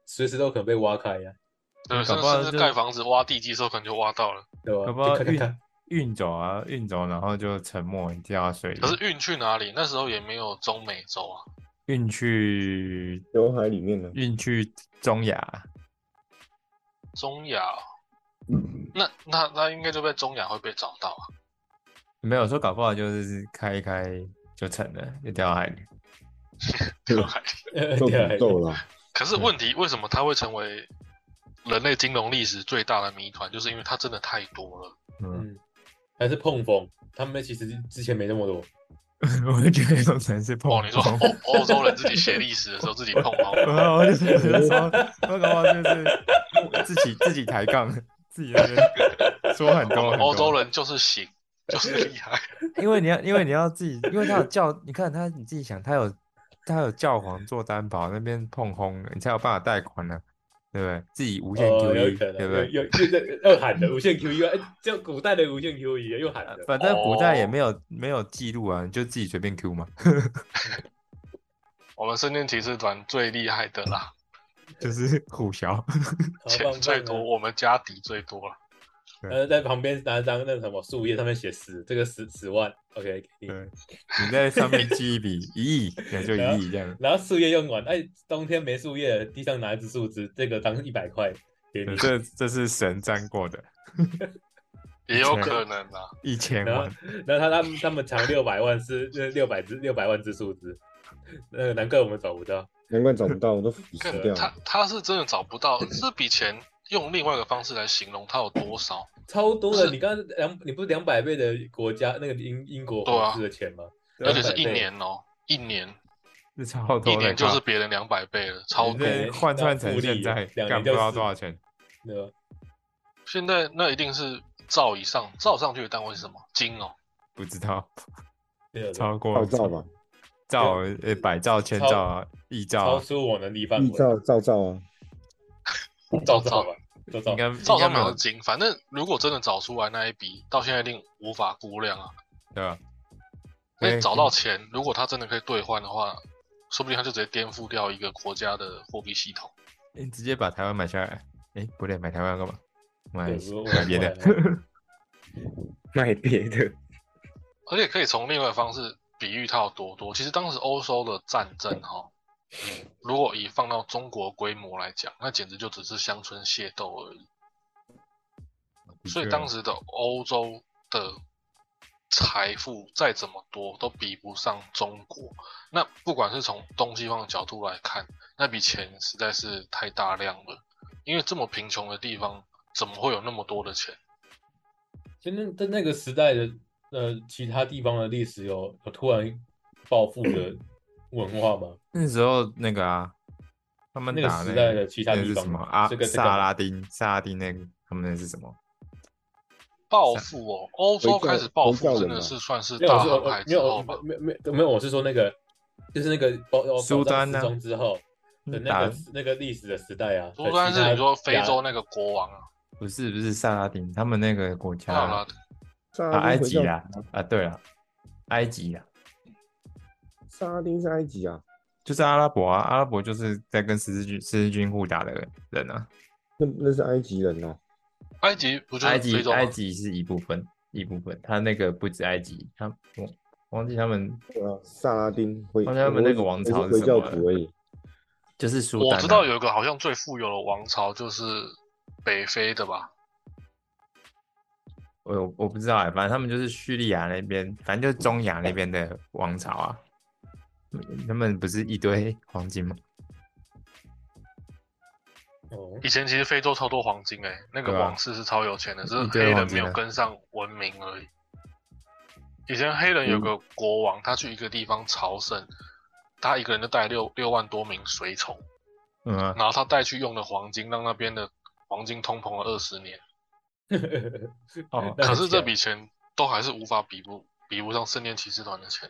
Speaker 2: 随时都可能被挖开呀、啊
Speaker 4: 对，
Speaker 1: 搞
Speaker 4: 甚
Speaker 1: 不好
Speaker 4: 甚
Speaker 1: 就
Speaker 4: 至盖房子挖地基的时候，可能就挖到了。
Speaker 2: 对吧？
Speaker 1: 搞不好
Speaker 2: 就看
Speaker 1: 运
Speaker 2: 看
Speaker 1: 运走啊，运走，然后就沉没掉到水里
Speaker 4: 可，是运去哪里？那时候也没有中美洲啊，
Speaker 1: 运去
Speaker 3: 刘海里面呢，啊
Speaker 1: 运去中亚，
Speaker 4: 中亚哦、那那那应该就在中亚会被找到啊。
Speaker 1: 没有说搞不好就是开一开就沉了，就掉到海里。
Speaker 3: 对
Speaker 4: [laughs] 跳海里
Speaker 2: [laughs] 看，
Speaker 3: 够
Speaker 2: 对啊
Speaker 3: 不够了？
Speaker 4: 可是问题为什么它会成为人类金融历史最大的谜团？就是因为它真的太多了。
Speaker 1: 嗯，
Speaker 2: 嗯，还是碰风，他们其实之前没那么多。
Speaker 1: 我就觉得有可能是碰
Speaker 4: 哦，你说
Speaker 1: 碰
Speaker 4: 欧欧洲人自己写历史的时候自己碰
Speaker 2: [laughs]
Speaker 4: 碰，
Speaker 1: 然后我就我就说，我搞不好就是自己自己抬杠，自己在那边说很
Speaker 4: 我
Speaker 1: 多
Speaker 4: 们
Speaker 1: 很
Speaker 4: 欧洲
Speaker 1: 多，
Speaker 4: 人就是行，就是厉害。
Speaker 1: 因为你要因为你要自己，因为他有教，你看他你自己想，他有他有教皇做担保那边碰轰，你才有办法贷款呢、对不对？自己无限
Speaker 2: 哦
Speaker 1: QE，、
Speaker 2: 有可能
Speaker 1: 对不对？
Speaker 2: 有有有有 [laughs] 要喊的无限 QE，哎，叫古代的无限 QE 又
Speaker 1: [laughs]
Speaker 2: 喊的，
Speaker 1: 反正古代
Speaker 2: 哦
Speaker 1: 也没有、没有记录啊，你就自己随便 Q 嘛，
Speaker 4: 我们圣殿骑士团最厉害的啦，
Speaker 1: 就是 [laughs] 虎啸。
Speaker 2: 好棒棒
Speaker 4: 钱
Speaker 2: 啊
Speaker 4: 最多，。我们家底最多了。
Speaker 2: 呃，在旁边拿一张那什么树叶，上面写十，这个十十万，OK，给你。
Speaker 1: 对，你在上面记一笔一亿，那就一亿这样。
Speaker 2: 然后树叶用完，哎，冬天没树叶了，地上拿一支树枝，这个当一百块给你。
Speaker 1: 这这是神沾过的，
Speaker 4: 也有可能啊，
Speaker 1: 一千
Speaker 2: 然
Speaker 1: 万
Speaker 2: 后。，然后他他们他们藏六百万是六百只六百万只树枝，那个难怪我们找不到。
Speaker 3: 难怪找不到，我都腐
Speaker 4: 可
Speaker 3: 蚀掉
Speaker 4: 他
Speaker 3: 了。
Speaker 4: 他是真的找不到这笔钱。用另外一个方式来形容它有多少，
Speaker 2: 超多
Speaker 4: 不
Speaker 2: 的，
Speaker 4: 是
Speaker 2: 你刚刚两你不是两百倍的国家那个英英国
Speaker 4: 对啊
Speaker 2: 皇室的钱吗？
Speaker 1: 对啊
Speaker 4: 而且
Speaker 2: 200
Speaker 4: 是一
Speaker 2: 倍，
Speaker 4: 年哦，一年
Speaker 1: 是超多
Speaker 4: 一
Speaker 1: 的，
Speaker 4: 年就是
Speaker 1: 靠
Speaker 4: 别人两百倍了，超
Speaker 1: 你
Speaker 4: 多。
Speaker 1: 这换算成现在
Speaker 2: 两
Speaker 1: 干
Speaker 2: 年
Speaker 1: 不
Speaker 2: 就是
Speaker 1: 到多少钱，
Speaker 2: 对吧？
Speaker 4: 现在那一定是兆以上，兆上去的单位是什么？斤哦，
Speaker 1: 不知道
Speaker 2: 对啊，对啊
Speaker 1: 超过
Speaker 3: 照照吧，
Speaker 1: 兆呃百兆千
Speaker 2: 啊超
Speaker 1: 兆啊亿兆
Speaker 2: 超
Speaker 1: 啊，
Speaker 2: 出我能力范
Speaker 3: 依
Speaker 2: 围，
Speaker 3: 照照照啊，
Speaker 2: 照照吧，照照
Speaker 1: 应。该应
Speaker 4: 兆
Speaker 1: 该
Speaker 4: 上
Speaker 1: 没
Speaker 4: 面是
Speaker 1: 有
Speaker 4: 斤。反正如果真的找出来那一笔，到现在一定无法估量啊。
Speaker 1: 对吧？
Speaker 4: 那
Speaker 1: 对
Speaker 4: 你找到钱，如果他真的可以兑换的话，说不定他就直接颠覆掉一个国家的货币系统。
Speaker 1: 你直接把台湾买下来，哎，不对，买台湾要干嘛？买
Speaker 2: 对我我
Speaker 1: 买别的，[laughs]
Speaker 2: 我
Speaker 3: 卖别的，
Speaker 4: 而且可以从另外一个方式比喻它有多多。其实当时欧洲的战争哈、如果以放到中国规模来讲，那简直就只是乡村械斗而已。所以
Speaker 1: 啊
Speaker 4: 当时的欧洲的财富再怎么多，都比不上中国。那不管是从东西方的角度来看，那笔钱实在是太大量了，因为这么贫穷的地方，怎么会有那么多的钱？
Speaker 2: 就那在那个时代的呃其他地方的历史有有突然暴富的文化吗？
Speaker 1: 那时候那个啊，他们
Speaker 2: 那个
Speaker 1: 打
Speaker 2: 时
Speaker 1: 那
Speaker 2: 代的其他
Speaker 1: 那
Speaker 2: 地
Speaker 1: 是
Speaker 2: 方
Speaker 1: 什么
Speaker 2: 吗
Speaker 1: 啊？
Speaker 2: 这个这个
Speaker 1: 萨拉丁，萨拉丁那个他们那是什么？
Speaker 4: 暴富哦，欧洲开始暴
Speaker 3: 回教回
Speaker 4: 富
Speaker 3: 教
Speaker 4: 真
Speaker 3: 人
Speaker 4: 的是算是
Speaker 2: 没有，我
Speaker 4: 大
Speaker 2: 是
Speaker 4: 航
Speaker 2: 我
Speaker 4: 海
Speaker 2: 没
Speaker 4: 之
Speaker 2: 有呃
Speaker 4: 后
Speaker 2: 我
Speaker 4: 吧？
Speaker 2: 没有没有没有，我是说那个就是那个保保
Speaker 1: 苏丹呢
Speaker 2: 保障失踪之后的
Speaker 1: 嗯
Speaker 2: 那
Speaker 1: 打
Speaker 2: 个那个历史的时代啊。
Speaker 4: 苏
Speaker 2: 在
Speaker 4: 丹
Speaker 2: 其
Speaker 4: 是
Speaker 2: 他
Speaker 4: 你说非
Speaker 2: 亚
Speaker 4: 洲那个国王啊？
Speaker 1: 不是不是萨拉丁，他们那个国家
Speaker 4: 好了
Speaker 1: 啊，，
Speaker 3: 萨
Speaker 1: 啊
Speaker 3: 拉
Speaker 1: 埃
Speaker 3: 丁回
Speaker 1: 及
Speaker 3: 教
Speaker 1: 啊啊，对了，埃及啊，
Speaker 3: 萨拉丁是埃及啊，
Speaker 1: 就是阿拉伯啊，阿拉伯就是在跟十字军十字军互打的人啊，
Speaker 3: 那那是埃及人哦。
Speaker 4: 埃及不就是
Speaker 1: 埃
Speaker 4: 非
Speaker 1: 及
Speaker 4: 洲吗？
Speaker 1: 埃及是一部分一部分，他那个不止埃及，他我忘记他们
Speaker 3: 对啊，萨拉丁回
Speaker 1: 他们那个王朝是
Speaker 3: 回
Speaker 1: 什
Speaker 3: 教
Speaker 1: 么
Speaker 3: 徒而已。
Speaker 1: 就是苏丹、
Speaker 4: 我
Speaker 1: 啊，
Speaker 4: 知道有一个好像最富有的王朝就是北非的吧？
Speaker 1: 我我我不知道哎、反正他们就是叙利亚那边，反正就是中亚那边的王朝啊。嗯他们不是一堆黄金吗？
Speaker 2: 哦， [laughs]
Speaker 4: 以前其实非洲超多黄金诶、欸那个
Speaker 1: 对啊
Speaker 4: 王室是超有钱的，只是
Speaker 1: 一堆
Speaker 4: 黑
Speaker 1: 黄
Speaker 4: 人
Speaker 1: 金
Speaker 4: 没有
Speaker 1: 啊
Speaker 4: 跟上文明而已。以前黑
Speaker 1: 嗯
Speaker 4: 人有个国王，他去一个地方朝圣，他一个人就带六六万多名随从，
Speaker 1: 嗯、啊，
Speaker 4: 然后他带去用的黄金，让那边的黄金通膨了二十年。
Speaker 1: 哦
Speaker 2: 那
Speaker 4: 可
Speaker 2: 很
Speaker 4: 是这
Speaker 2: 强
Speaker 4: 笔钱都还是无法比不比不上圣殿骑士团的钱。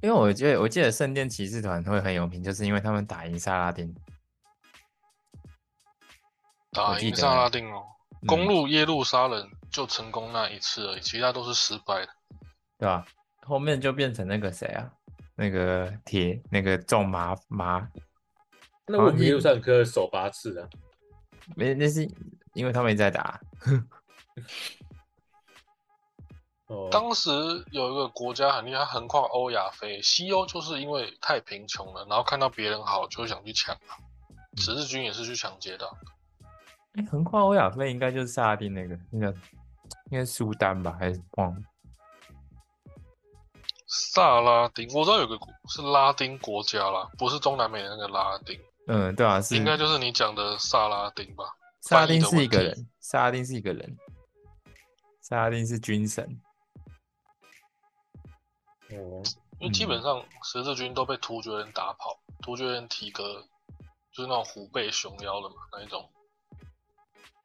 Speaker 1: 因为我记得我记得圣殿骑士团会很有名，就是因为他们打赢萨拉丁。嗯我
Speaker 4: 打
Speaker 1: 记
Speaker 4: 赢
Speaker 1: 得
Speaker 4: 萨拉丁哦，
Speaker 1: 嗯
Speaker 4: 公路耶路撒冷就成功那一次而已，其他都是失败的。
Speaker 1: 对吧？后面就变成那个谁啊，那个铁那个重麻麻，
Speaker 2: 那
Speaker 1: 好
Speaker 2: 我
Speaker 1: 像
Speaker 2: 们
Speaker 1: 一
Speaker 2: 耶路撒冷可以手八次啊，
Speaker 1: 没那是因为他们一直在打，啊
Speaker 2: 哦，
Speaker 4: 当时有一个国家很厉害，它横跨欧亚非，西欧就是因为太贫穷了，然后看到别人好就会想去抢啊。
Speaker 1: 嗯
Speaker 4: 十字军也是去抢劫的啊，
Speaker 1: 哎，横跨欧亚非应该就是萨拉丁那个那个，应该是苏丹吧还是忘了？
Speaker 4: 萨拉丁我知道有个国是拉丁国家啦，不是中南美的那个拉丁，
Speaker 1: 嗯，对啊，是
Speaker 4: 应该就是你讲的萨拉丁吧？
Speaker 1: 萨拉
Speaker 4: 翻译
Speaker 1: 丁
Speaker 4: 的
Speaker 1: 是
Speaker 4: 问
Speaker 1: 一个
Speaker 4: 题
Speaker 1: 人，萨拉丁是一个人，萨拉丁是军神，
Speaker 2: 哦，
Speaker 4: 因为基
Speaker 1: 嗯
Speaker 4: 本上十字军都被突厥人打跑，突厥人体格就是那种虎背熊腰的嘛，那一种。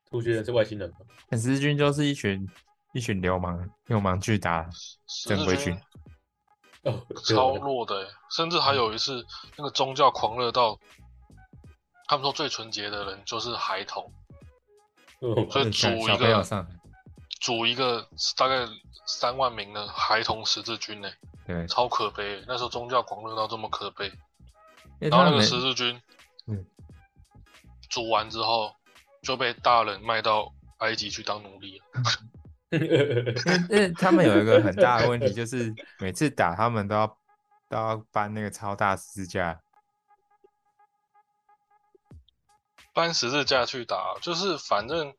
Speaker 2: 突厥人是外星人吗？
Speaker 1: 但十字军就是一群一群流氓，流氓去打，
Speaker 4: 十
Speaker 1: 正
Speaker 4: 字
Speaker 1: 规
Speaker 4: 军
Speaker 1: 军
Speaker 2: 哦，
Speaker 4: 超弱的欸，甚至还有一
Speaker 1: 嗯
Speaker 4: 次那个宗教狂热到，他们说最纯洁的人就是孩童，
Speaker 2: 哦
Speaker 4: 所以组
Speaker 1: 小
Speaker 4: 一
Speaker 1: 朋友
Speaker 4: 个
Speaker 1: 上来，
Speaker 4: 组一个大概三万名的孩童十字军呢，
Speaker 1: 对，
Speaker 4: 超可悲欸。那时候宗教狂热到这么可悲，
Speaker 1: 因为
Speaker 4: 然后
Speaker 1: 他
Speaker 4: 那个
Speaker 1: 们
Speaker 4: 十字军
Speaker 1: 嗯
Speaker 4: 组完之后就被大人卖到埃及去当奴隶了。
Speaker 1: 因为他们有一个很大的问题，就是每次打他们都要都要搬那个超大十字架， [laughs]
Speaker 4: 搬十字架去打，就是反正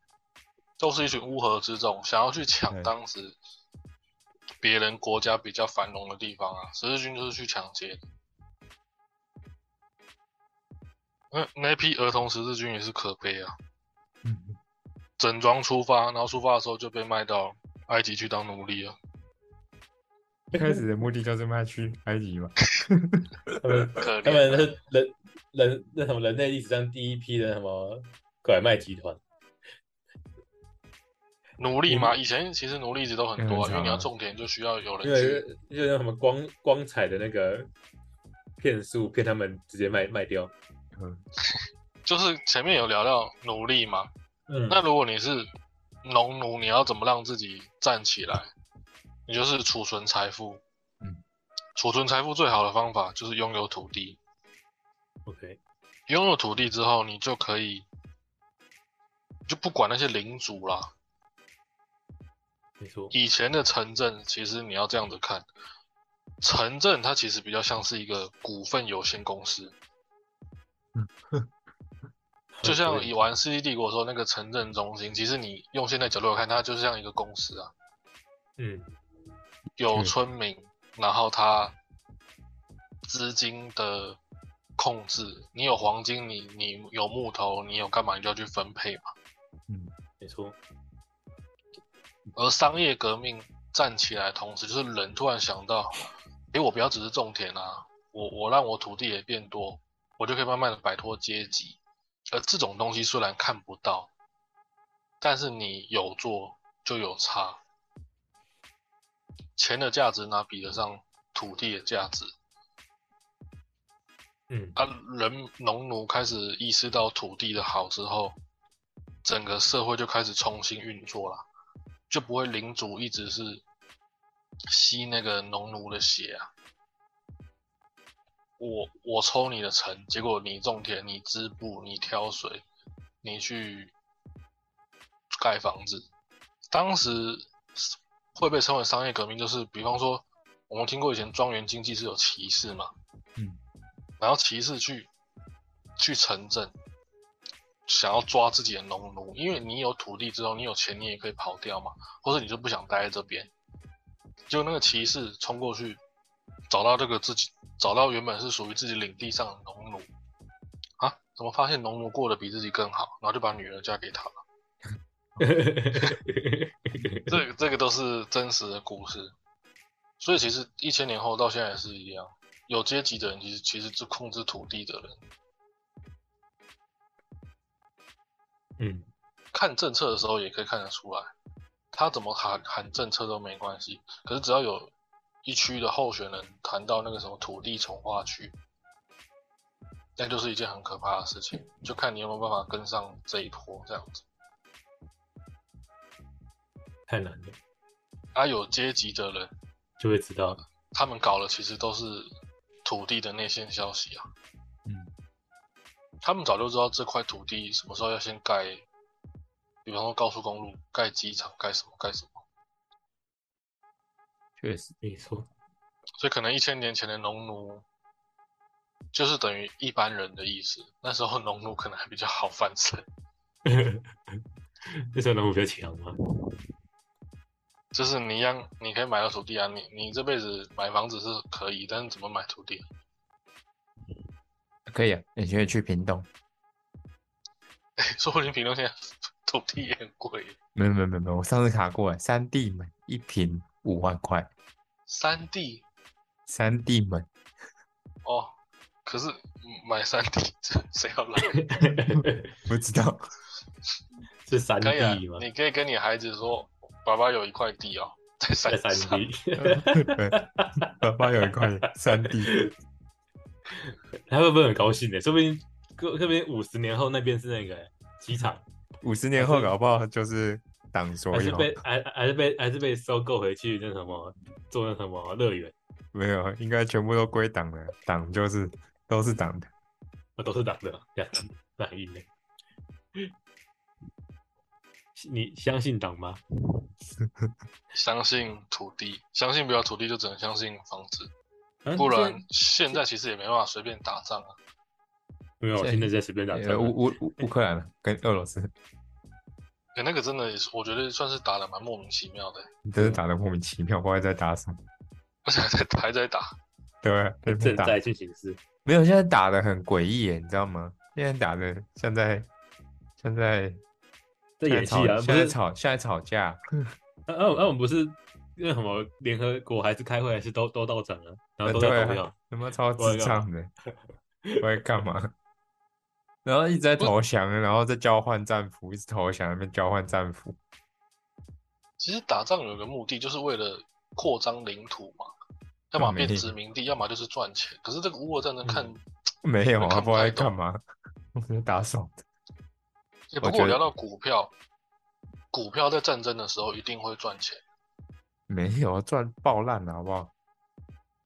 Speaker 4: 都是一群乌合之众，想要去抢
Speaker 1: 对
Speaker 4: 当时别人国家比较繁荣的地方啊。十字军就是去抢劫的。那那批儿童十字军也是可悲啊，整装出发，然后出发的时候就被卖到埃及去当奴隶了。
Speaker 1: 开始的目的就是卖去埃及嘛，
Speaker 2: [laughs] 他们
Speaker 4: 可
Speaker 2: 他
Speaker 4: 怜，啊
Speaker 2: 们是人人那什么人类历史上第一批的什么拐卖集团，
Speaker 4: 奴隶嘛，以前其实奴隶一直都很多、啊，
Speaker 1: 嗯
Speaker 4: 因为你
Speaker 1: 常
Speaker 4: 要
Speaker 1: 啊
Speaker 4: 种田就需要有
Speaker 2: 因
Speaker 4: 人
Speaker 2: 为
Speaker 4: 去。
Speaker 2: 就那什么光光彩的那个骗术骗他们直接卖卖掉。
Speaker 1: 嗯
Speaker 4: 就是前面有聊到奴隶嘛，
Speaker 2: 嗯
Speaker 4: 那如果你是农奴，你要怎么让自己站起来？你就是储存财富。
Speaker 1: 嗯，
Speaker 4: 储存财富最好的方法就是拥有土地。
Speaker 2: OK，
Speaker 4: 拥有土地之后，你就可以就不管那些领主啦。
Speaker 2: 没错，
Speaker 4: 以前的城镇，其实你要这样子看，城镇它其实比较像是一个股份有限公司，就像以玩《世纪帝国》的时候那个城镇中心，其实你用现在角度来看，它就像一个公司啊。
Speaker 2: 嗯
Speaker 4: 有
Speaker 1: 嗯
Speaker 4: 村民，然后他资金的控制，你有黄金，你你有木头，你有干嘛，你就要去分配嘛。
Speaker 2: 没
Speaker 4: [laughs]
Speaker 2: 错，
Speaker 4: 而商业革命站起来的同时，就是人突然想到，诶，我不要只是种田啊，我我让我土地也变多，我就可以慢慢的摆脱阶级。而这种东西虽然看不到，但是你有做就有差。钱的价值哪比得上土地的价值？
Speaker 2: 嗯，
Speaker 4: 啊，人农奴开始意识到土地的好之后，整个社会就开始重新运作啦，就不会领主一直是吸那个农奴的血啊。我我抽你的成，结果你种田，你织布，你挑水，你去盖房子。当时会被称为商业革命，就是比方说，我们听过以前庄园经济是有骑士嘛，然后骑士去去城镇，想要抓自己的农奴，因为你有土地之后，你有钱，你也可以跑掉嘛，或者你就不想待在这边。就那个骑士冲过去，找到这个自己找到原本是属于自己领地上的农奴，啊，怎么发现农奴过得比自己更好，然后就把女儿嫁给他了。这个这个都是真实的故事，所以其实一千年后到现在也是一样，有阶级的人其实其实是控制土地的人，
Speaker 2: 嗯，
Speaker 4: 看政策的时候也可以看得出来，他怎么喊喊政策都没关系，可是只要有一区的候选人谈到那个什么土地重划区，那就是一件很可怕的事情，就看你有没有办法跟上这一波这样子。
Speaker 2: 太难了，
Speaker 4: 啊，有阶级的人，
Speaker 2: 就会知道
Speaker 4: 他们搞的其实都是土地的内线消息啊。
Speaker 1: 嗯，
Speaker 4: 他们早就知道这块土地什么时候要先盖，比方说高速公路、盖机场、盖什么盖什么，
Speaker 1: 确实，
Speaker 2: 没错，
Speaker 4: 所以可能一千年前的农奴就是等于一般人的意思。那时候农奴可能还比较好翻身，
Speaker 2: 那时候农夫比较强嘛，
Speaker 4: 就是你一样，你可以买到土地啊，你你这辈子买房子是可以，但是怎么买土地？啊
Speaker 1: 可以啊，你可以去屏东，
Speaker 4: 哎， [laughs] 说不定平东现在 [laughs] 土地也很贵，
Speaker 1: 没有没有没有没有，我上次卡过了，三地门一瓶五万块，
Speaker 4: 山地
Speaker 1: 三地门，
Speaker 4: 哦，可是嗯买山地 [laughs] 谁要来？
Speaker 1: 不知道，
Speaker 2: [laughs] 是山
Speaker 4: 可以啊
Speaker 2: 地嘛，，
Speaker 4: 你可以跟你孩子说，爸爸有一块地哦，在山
Speaker 2: 在山
Speaker 4: 上。
Speaker 2: 地，
Speaker 1: [laughs] 爸爸有一块三地，
Speaker 2: 他会不会很高兴呢？说不定，说不定五十年后那边是那个机场，
Speaker 1: 五十年后搞不好就是党所
Speaker 2: 还是
Speaker 1: 有，
Speaker 2: 被还还是被还是被收购回去那什么做那什么乐园，
Speaker 1: 没有，应该全部都归党了，党就是都是党的。
Speaker 2: 那哦都是党的，这样那很硬的。你相信党吗？
Speaker 4: 相信土地，相信不了土地，就只能相信房子，
Speaker 1: 嗯
Speaker 2: 啊现
Speaker 4: 不
Speaker 2: 在
Speaker 4: 然现在其实也没办法随便打仗啊。
Speaker 2: 没有，
Speaker 1: 现在
Speaker 2: 现在在随便打仗
Speaker 1: 呃
Speaker 2: 啊。
Speaker 1: 乌乌乌乌克兰了跟俄罗斯，
Speaker 4: 哎、那个真的也是，我觉得算是打的蛮莫名其妙的，
Speaker 1: 你真是打的莫名其妙，不知道在打什么。
Speaker 4: 而且还在还在打。
Speaker 1: 对啊，在那边
Speaker 2: 正
Speaker 1: 打
Speaker 2: 在进行式，
Speaker 1: 没有，现在打的很诡异耶，你知道吗？现在打的像在像在
Speaker 2: 在演戏
Speaker 1: 现在吵
Speaker 2: 啊，不
Speaker 1: 现在
Speaker 2: 是
Speaker 1: 吵现在吵架，
Speaker 2: 那那我那我们不是那什么联合国还是开会还是都都到场了，然后都
Speaker 1: 呃
Speaker 2: 在投
Speaker 1: 对
Speaker 2: 票
Speaker 1: 啊，他妈超
Speaker 2: 我在
Speaker 1: 智障的，我在干嘛？ [laughs] 然后一直在投降，然后在交换战俘，一直投降，那边交换战 [laughs] 俘。
Speaker 4: 其实打仗有个目的，就是为了扩张领土嘛，要么
Speaker 1: 嗯没嗯
Speaker 4: 变殖民地，要么就是赚钱。可是这个乌俄战争看，欸
Speaker 1: 没有啊，
Speaker 4: 看不
Speaker 1: 不知道
Speaker 4: 太
Speaker 1: 在干嘛，我在打手。
Speaker 4: 也
Speaker 1: 我
Speaker 4: 不
Speaker 1: 觉
Speaker 4: 过
Speaker 1: 得
Speaker 4: 聊到股票，股票在战争的时候一定会赚钱，
Speaker 1: 没有啊，赚爆烂了，好不好？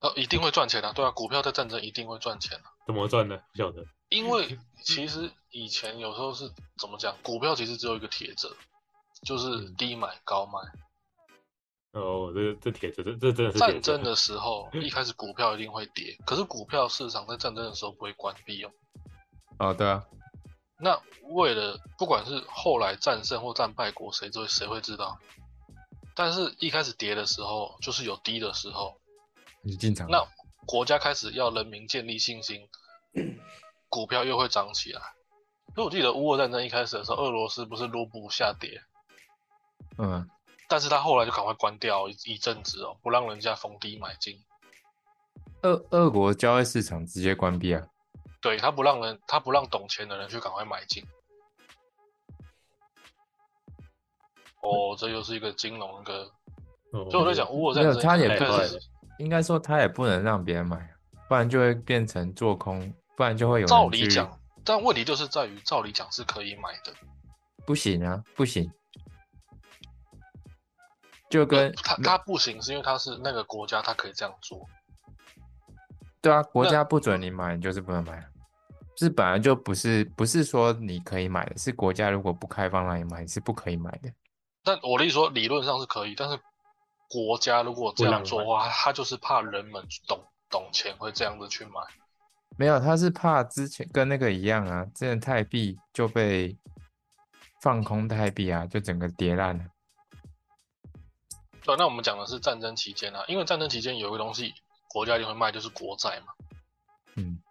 Speaker 4: 呃，一定会赚钱啊，对啊，股票在战争一定会赚钱啊，
Speaker 2: 怎么赚的？不晓得。
Speaker 4: 因为其实以前有时候是怎么讲，股票其实只有一个铁则，就是
Speaker 2: 嗯
Speaker 4: 低买高卖。
Speaker 2: 哦，这这帖子，这这真的是帖
Speaker 4: 战
Speaker 2: 子
Speaker 4: 争的时候，一开始股票一定会跌，可是股票市场在战争的时候不会关闭哦。
Speaker 1: 哦，对啊，
Speaker 4: 那为了不管是后来战胜或战败国，谁最谁会知道？但是一开始跌的时候，就是有低的时候，
Speaker 1: 你进场。
Speaker 4: 那国家开始要人民建立信心，股票又会涨起来。因为我记得乌俄战争一开始的时候，俄罗斯不是卢布下跌，
Speaker 1: 嗯，
Speaker 4: 但是他后来就赶快关掉一一阵子哦，不让人家逢低买进。
Speaker 1: 俄俄国交易市场直接关闭啊，
Speaker 4: 对他不让人，他不让懂钱的人去赶快买进。哦，这又是一个金融那个，
Speaker 2: 哦
Speaker 4: 所以我在讲，乌俄战
Speaker 1: 没有
Speaker 4: 争
Speaker 1: 他也
Speaker 4: 一开
Speaker 2: 不
Speaker 4: 始
Speaker 2: 是
Speaker 1: 应该说他也不能让别人买啊，不然就会变成做空，不然就会有人
Speaker 4: 照理
Speaker 1: 去
Speaker 4: 讲，但问题就是在于，照理讲是可以买的，
Speaker 1: 不行啊，不行，就跟
Speaker 4: 他他不行，是因为他是那个国家，他可以这样做。
Speaker 1: 对啊，国
Speaker 4: 那
Speaker 1: 家不准你买，你就是不能买啊。是本来就不是不是说你可以买的，是国家如果不开放让你买，你是不可以买的。
Speaker 4: 但我的意思说，理论上是可以，但是国家如果这样做的话，他就是怕人们懂懂钱会这样子去买。
Speaker 1: 没有，他是怕之前跟那个一样啊，之前泰币就被放空泰币啊，就整个跌烂了。
Speaker 4: 对，啊那我们讲的是战争期间啊，因为战争期间有一个东西国家一定会卖，就是国债嘛。
Speaker 1: 嗯，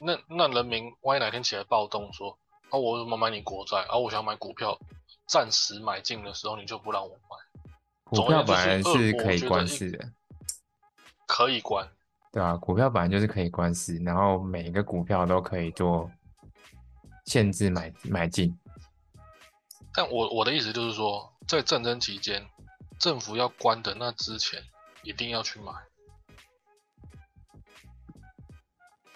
Speaker 4: 那那人民万一哪天起来暴动说，啊，我怎么买你国债？啊，我想买股票，暂时买进的时候你就不让我买，
Speaker 1: 股
Speaker 4: 总
Speaker 1: 票
Speaker 4: 而
Speaker 1: 本
Speaker 4: 言之
Speaker 1: 来
Speaker 4: 是
Speaker 1: 是
Speaker 4: 恶
Speaker 1: 可以
Speaker 4: 我觉得
Speaker 1: 关
Speaker 4: 一
Speaker 1: 市的，
Speaker 4: 可以关。
Speaker 1: 对啊，股票本来就是可以关市，然后每个股票都可以做限制买买进。
Speaker 4: 但我我的意思就是说，在战争期间，政府要关的那之前，一定要去买。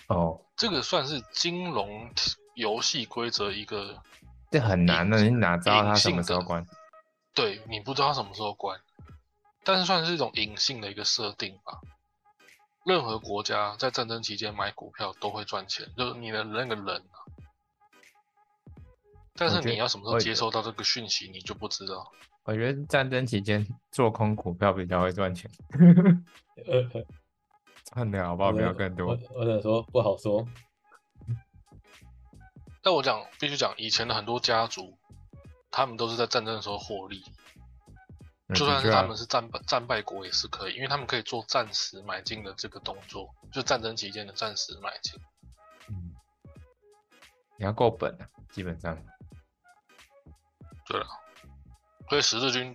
Speaker 1: 哦，
Speaker 4: 这个算是金融游戏规则一个，
Speaker 1: 这很难啊的，你哪知道
Speaker 4: 隐
Speaker 1: 它什
Speaker 4: 性
Speaker 1: 么时候
Speaker 4: 的
Speaker 1: 关？
Speaker 4: 对你不知道它什么时候关，但是算是一种隐性的一个设定吧。任何国家在战争期间买股票都会赚钱，就是你的那个人啊、但
Speaker 1: 我
Speaker 4: 是
Speaker 1: 觉得
Speaker 4: 你要什么时
Speaker 1: 我
Speaker 4: 候
Speaker 1: 也觉
Speaker 4: 接
Speaker 1: 得
Speaker 4: 收到这个讯息，你就不知道。
Speaker 1: 我觉得战争期间做空股票比较会赚钱，
Speaker 2: 呃，
Speaker 1: 赚的好不好？不要更多
Speaker 2: 我。我想说不好说，
Speaker 4: 但我讲必须讲，以前的很多家族，他们都是在战争的时候获利，
Speaker 1: 嗯
Speaker 4: 就
Speaker 1: 的
Speaker 4: 算
Speaker 1: 确
Speaker 4: 是
Speaker 1: 啊
Speaker 4: 他们是战败战败国也是可以，因为他们可以做暂时买进的这个动作，就战争期间的暂时买进。
Speaker 1: 嗯你要够本啊，基本上
Speaker 4: 对了，所以十字军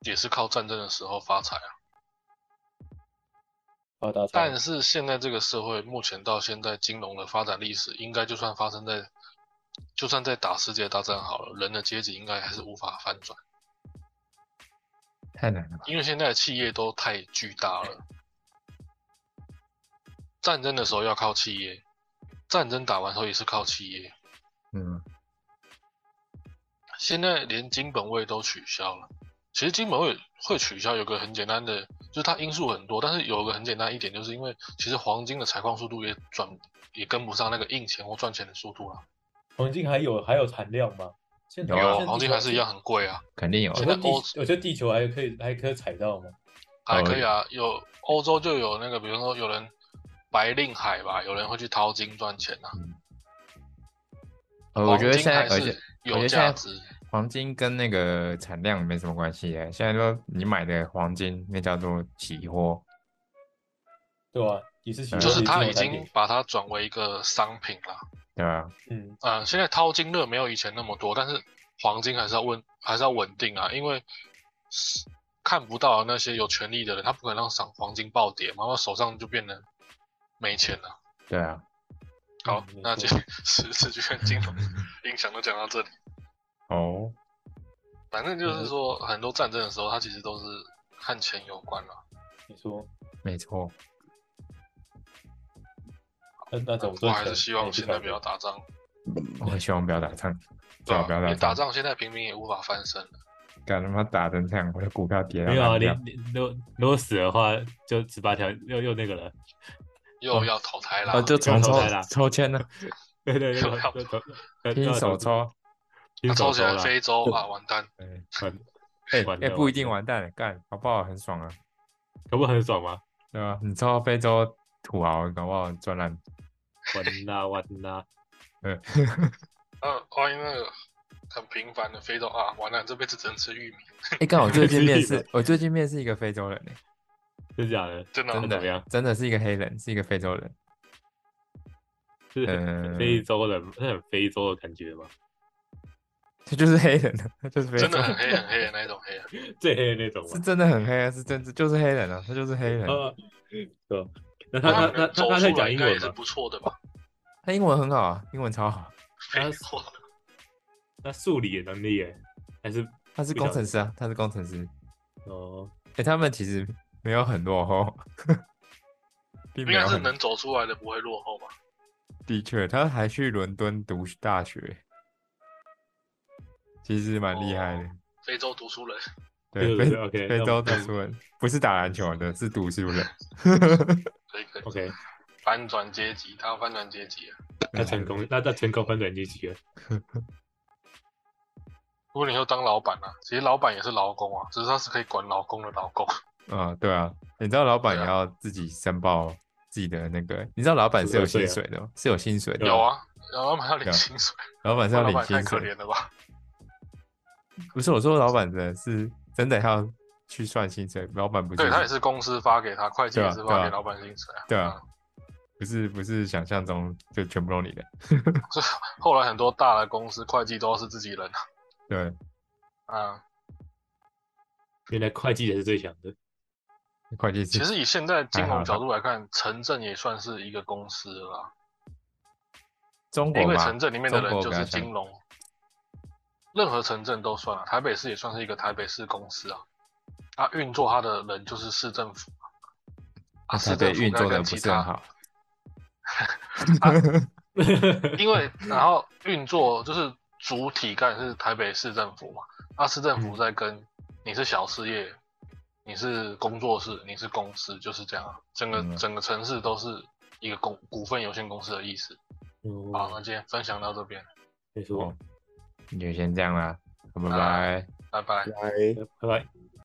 Speaker 4: 也是靠战争的时候发财啊。
Speaker 2: 发大财。
Speaker 4: 但是现在这个社会，目前到现在金融的发展历史，应该就算发生在，就算在打世界大战好了，人的阶级应该还是无法翻转，
Speaker 1: 太难了吧？
Speaker 4: 因为现在的企业都太巨大了。战争的时候要靠企业，战争打完之后也是靠企业，
Speaker 1: 嗯，
Speaker 4: 现在连金本位都取消了。其实金本位会取消，有个很简单的，就是它因素很多，但是有个很简单一点，就是因为其实黄金的采矿速度也转也跟不上那个印钱或赚钱的速度了。
Speaker 2: 黄金还有还有产量吗？现在
Speaker 1: 有啊
Speaker 2: 现在
Speaker 4: 有
Speaker 2: 地
Speaker 4: 黄金
Speaker 2: 球
Speaker 4: 还是一样很贵啊，
Speaker 1: 肯定有
Speaker 2: 我
Speaker 1: 啊
Speaker 4: 现
Speaker 2: 觉
Speaker 4: 在
Speaker 2: 得地
Speaker 4: 欧，
Speaker 2: 我觉得地球还可以还可以采到吗？
Speaker 1: 哦
Speaker 4: 还可以啊。有欧洲就有那个，比如说有人白令海吧，有人会去淘金赚钱啊。
Speaker 1: 呃，我觉得
Speaker 4: 黄
Speaker 1: 现
Speaker 4: 金
Speaker 1: 在，
Speaker 4: 还
Speaker 1: 而且
Speaker 4: 是
Speaker 1: 我觉
Speaker 4: 有
Speaker 1: 得现在
Speaker 4: 价值。
Speaker 1: 黄金跟那个产量没什么关系耶。现在说你买的黄金，那叫做期货，
Speaker 2: 对吧、也
Speaker 1: 嗯
Speaker 2: 是其
Speaker 4: 就是
Speaker 2: 金
Speaker 4: 他
Speaker 2: 融
Speaker 4: 已
Speaker 2: 产
Speaker 4: 经
Speaker 2: 品，
Speaker 4: 把它转为一个商品了。
Speaker 1: 对吧？
Speaker 2: 嗯，
Speaker 4: 呃，现在淘金热没有以前那么多，但是黄金还是要稳，还是要稳定啊，因为是看不到那些有权利的人，他不可能让赏黄金暴跌嘛，然后手上就变得没钱了。
Speaker 1: 对啊，
Speaker 4: 好，
Speaker 2: 嗯没
Speaker 4: 那
Speaker 2: 错
Speaker 4: 这 [laughs] 十字军金融影响都讲到这里，
Speaker 1: 哦，
Speaker 4: 反正就是说，很多战争的时候，它其实都是和钱有关了。
Speaker 2: 你说
Speaker 1: 没错，
Speaker 2: 那那怎么
Speaker 4: 我
Speaker 2: 赚
Speaker 4: 还
Speaker 2: 钱？
Speaker 4: 是希望
Speaker 2: 那去
Speaker 4: 现在
Speaker 2: 搞
Speaker 4: 不要打仗，
Speaker 1: 我很希望不要打仗，最
Speaker 4: 对
Speaker 1: 好
Speaker 4: 吧
Speaker 1: 啊不要？
Speaker 4: 你
Speaker 1: 打
Speaker 4: 打
Speaker 1: 仗，
Speaker 4: 仗，现在平民也无法翻身了。
Speaker 1: 敢他妈打成这样，我的股票跌到
Speaker 2: 没有啊，
Speaker 1: 烂
Speaker 2: 你
Speaker 1: 掉。
Speaker 2: 你如果如果死的话，就十八条又又那个了，
Speaker 4: 又要投胎啦！
Speaker 1: 啊，就重
Speaker 2: 要
Speaker 1: 抽
Speaker 2: 投胎啦
Speaker 1: 抽签了，
Speaker 2: [laughs] 对对对，
Speaker 4: 又要
Speaker 2: 就就就
Speaker 1: 拼
Speaker 2: 就
Speaker 1: 手抽，
Speaker 2: 拼
Speaker 4: 那
Speaker 2: 手
Speaker 4: 抽起
Speaker 2: 抽
Speaker 4: 来
Speaker 2: 了，
Speaker 4: 非洲啊，完蛋！
Speaker 1: 对，
Speaker 2: 嗯
Speaker 1: 哎
Speaker 2: 完
Speaker 1: 哎，
Speaker 2: 了
Speaker 1: 不一
Speaker 2: 完
Speaker 1: 定
Speaker 2: 了
Speaker 1: 完蛋了，干，搞不好很爽啊。
Speaker 2: 可不很爽吗？
Speaker 1: 对啊，你抽到非洲土豪，搞不好赚烂。
Speaker 2: 完啦完啦，
Speaker 1: 对，
Speaker 4: 嗯，欢迎那个很平凡的非洲啊，完了，这辈子只能吃玉米，
Speaker 1: 哎，刚好我最近 [laughs] 面
Speaker 2: 是
Speaker 1: 试，我最近面试一个非洲人欸，
Speaker 2: 真假的？
Speaker 4: 真的
Speaker 2: 那
Speaker 1: 真
Speaker 4: 哦、
Speaker 2: 怎么
Speaker 1: 的
Speaker 2: 样
Speaker 1: 真的是一个黑人，是一个非洲人，
Speaker 2: 是很
Speaker 1: 嗯，
Speaker 2: 非洲的，是很非洲的感觉吗？ [laughs]
Speaker 1: 他就是黑人啊，他就是非
Speaker 4: 真的
Speaker 1: 洲
Speaker 4: 很黑很黑的那种黑啊人。
Speaker 2: 最黑的那种
Speaker 1: 是
Speaker 2: 吗？
Speaker 1: 真的很黑啊，是真就是黑人啊，他就是黑人。
Speaker 2: 呃，对。那他
Speaker 4: 那
Speaker 2: 他
Speaker 4: 们
Speaker 2: 他
Speaker 4: 能
Speaker 2: 他
Speaker 4: 走
Speaker 2: 他在
Speaker 4: 出来
Speaker 2: 讲
Speaker 4: 应
Speaker 2: 英
Speaker 4: 该也
Speaker 2: 文
Speaker 4: 是
Speaker 2: 吗？
Speaker 4: 不错的吧？
Speaker 1: 他英文很好啊，英文超好，
Speaker 2: 他
Speaker 4: 没错，
Speaker 2: 那数理的能力耶，还是
Speaker 1: 他是
Speaker 2: 不
Speaker 1: 工
Speaker 2: 晓得
Speaker 1: 程师啊，他是工程师。
Speaker 2: 哦，
Speaker 1: 哎、他们其实没有很落后， [laughs] 并
Speaker 4: 应
Speaker 1: 没有
Speaker 4: 该是
Speaker 1: 很
Speaker 4: 能走出来的不会落后吧？
Speaker 1: 的确，他还去伦敦读大学，其实蛮厉害的。
Speaker 4: 非洲读书人，
Speaker 1: 对，
Speaker 2: 对
Speaker 1: 非
Speaker 2: 对，OK，
Speaker 1: 非
Speaker 2: 那
Speaker 1: 洲
Speaker 2: 我
Speaker 1: 读书人不是打篮球的，是读书
Speaker 4: [laughs]
Speaker 1: 人。
Speaker 4: 可以可以
Speaker 1: [laughs]
Speaker 2: OK，
Speaker 4: 翻转阶级，他要翻转阶级了。
Speaker 2: 那成功，那那成功翻转阶级了。
Speaker 4: 如果你要当老板啊，其实老板也是劳工啊，只是他是可以管劳工的劳工。
Speaker 1: 啊，对啊，你知道老板也
Speaker 4: 对啊
Speaker 1: 要自己申报自己的那个，你知道老板是有薪水的吗，是有薪水的，
Speaker 2: 对啊
Speaker 4: 啊有啊，老板要领
Speaker 1: 对啊
Speaker 4: 薪水，
Speaker 1: 老板是要
Speaker 4: 老
Speaker 1: 领
Speaker 4: 板
Speaker 1: 薪
Speaker 4: 太可
Speaker 1: 水。
Speaker 4: 怜了吧？
Speaker 1: 不是我说老板的是真的要去算薪水，老板不
Speaker 4: 对
Speaker 1: 是
Speaker 4: 他也是公司发给他，会计
Speaker 1: 对啊
Speaker 4: 也是发
Speaker 1: 对啊
Speaker 4: 给老板薪水啊。
Speaker 1: 对啊不是不是想象中就全部都你的，
Speaker 4: 嗯，后来很多大的公司会计都是自己人啊。
Speaker 1: 对，
Speaker 4: 啊，
Speaker 2: 原来会计才是最强的。 [laughs]
Speaker 1: 会计师
Speaker 4: 其实以现在金
Speaker 1: 还
Speaker 4: 融
Speaker 1: 好
Speaker 4: 角度来看，城镇也算是一个公司了啦，
Speaker 1: 中国
Speaker 4: 因为
Speaker 1: 嘛
Speaker 4: 城镇里面的
Speaker 1: 中
Speaker 4: 人
Speaker 1: 国
Speaker 4: 就
Speaker 1: 比较
Speaker 4: 是
Speaker 1: 像
Speaker 4: 金融，任何城镇都算了，台北市也算是一个台北市公司啊。啊，运作它的人就是市政府啊，啊，
Speaker 1: 台
Speaker 4: 市
Speaker 1: 北
Speaker 4: 政府
Speaker 1: 运
Speaker 4: 该
Speaker 1: 作的
Speaker 4: 跟
Speaker 1: 不
Speaker 4: 其
Speaker 1: 是很
Speaker 4: 他 [laughs]
Speaker 1: 好， [laughs]
Speaker 4: 因为然后运作就是主体干是台北市政府嘛，那市政府在跟你是小事业，你是工作室，你是公司，就是这样啊。整个、
Speaker 1: 嗯
Speaker 4: 整个城市都是一个公股份有限公司的意思。好，那
Speaker 2: 哦，
Speaker 4: 今天分享到这边，
Speaker 2: 没错
Speaker 1: 哦，那就先这样啦，拜拜。
Speaker 4: 啊拜拜。
Speaker 3: 来。
Speaker 2: 拜拜。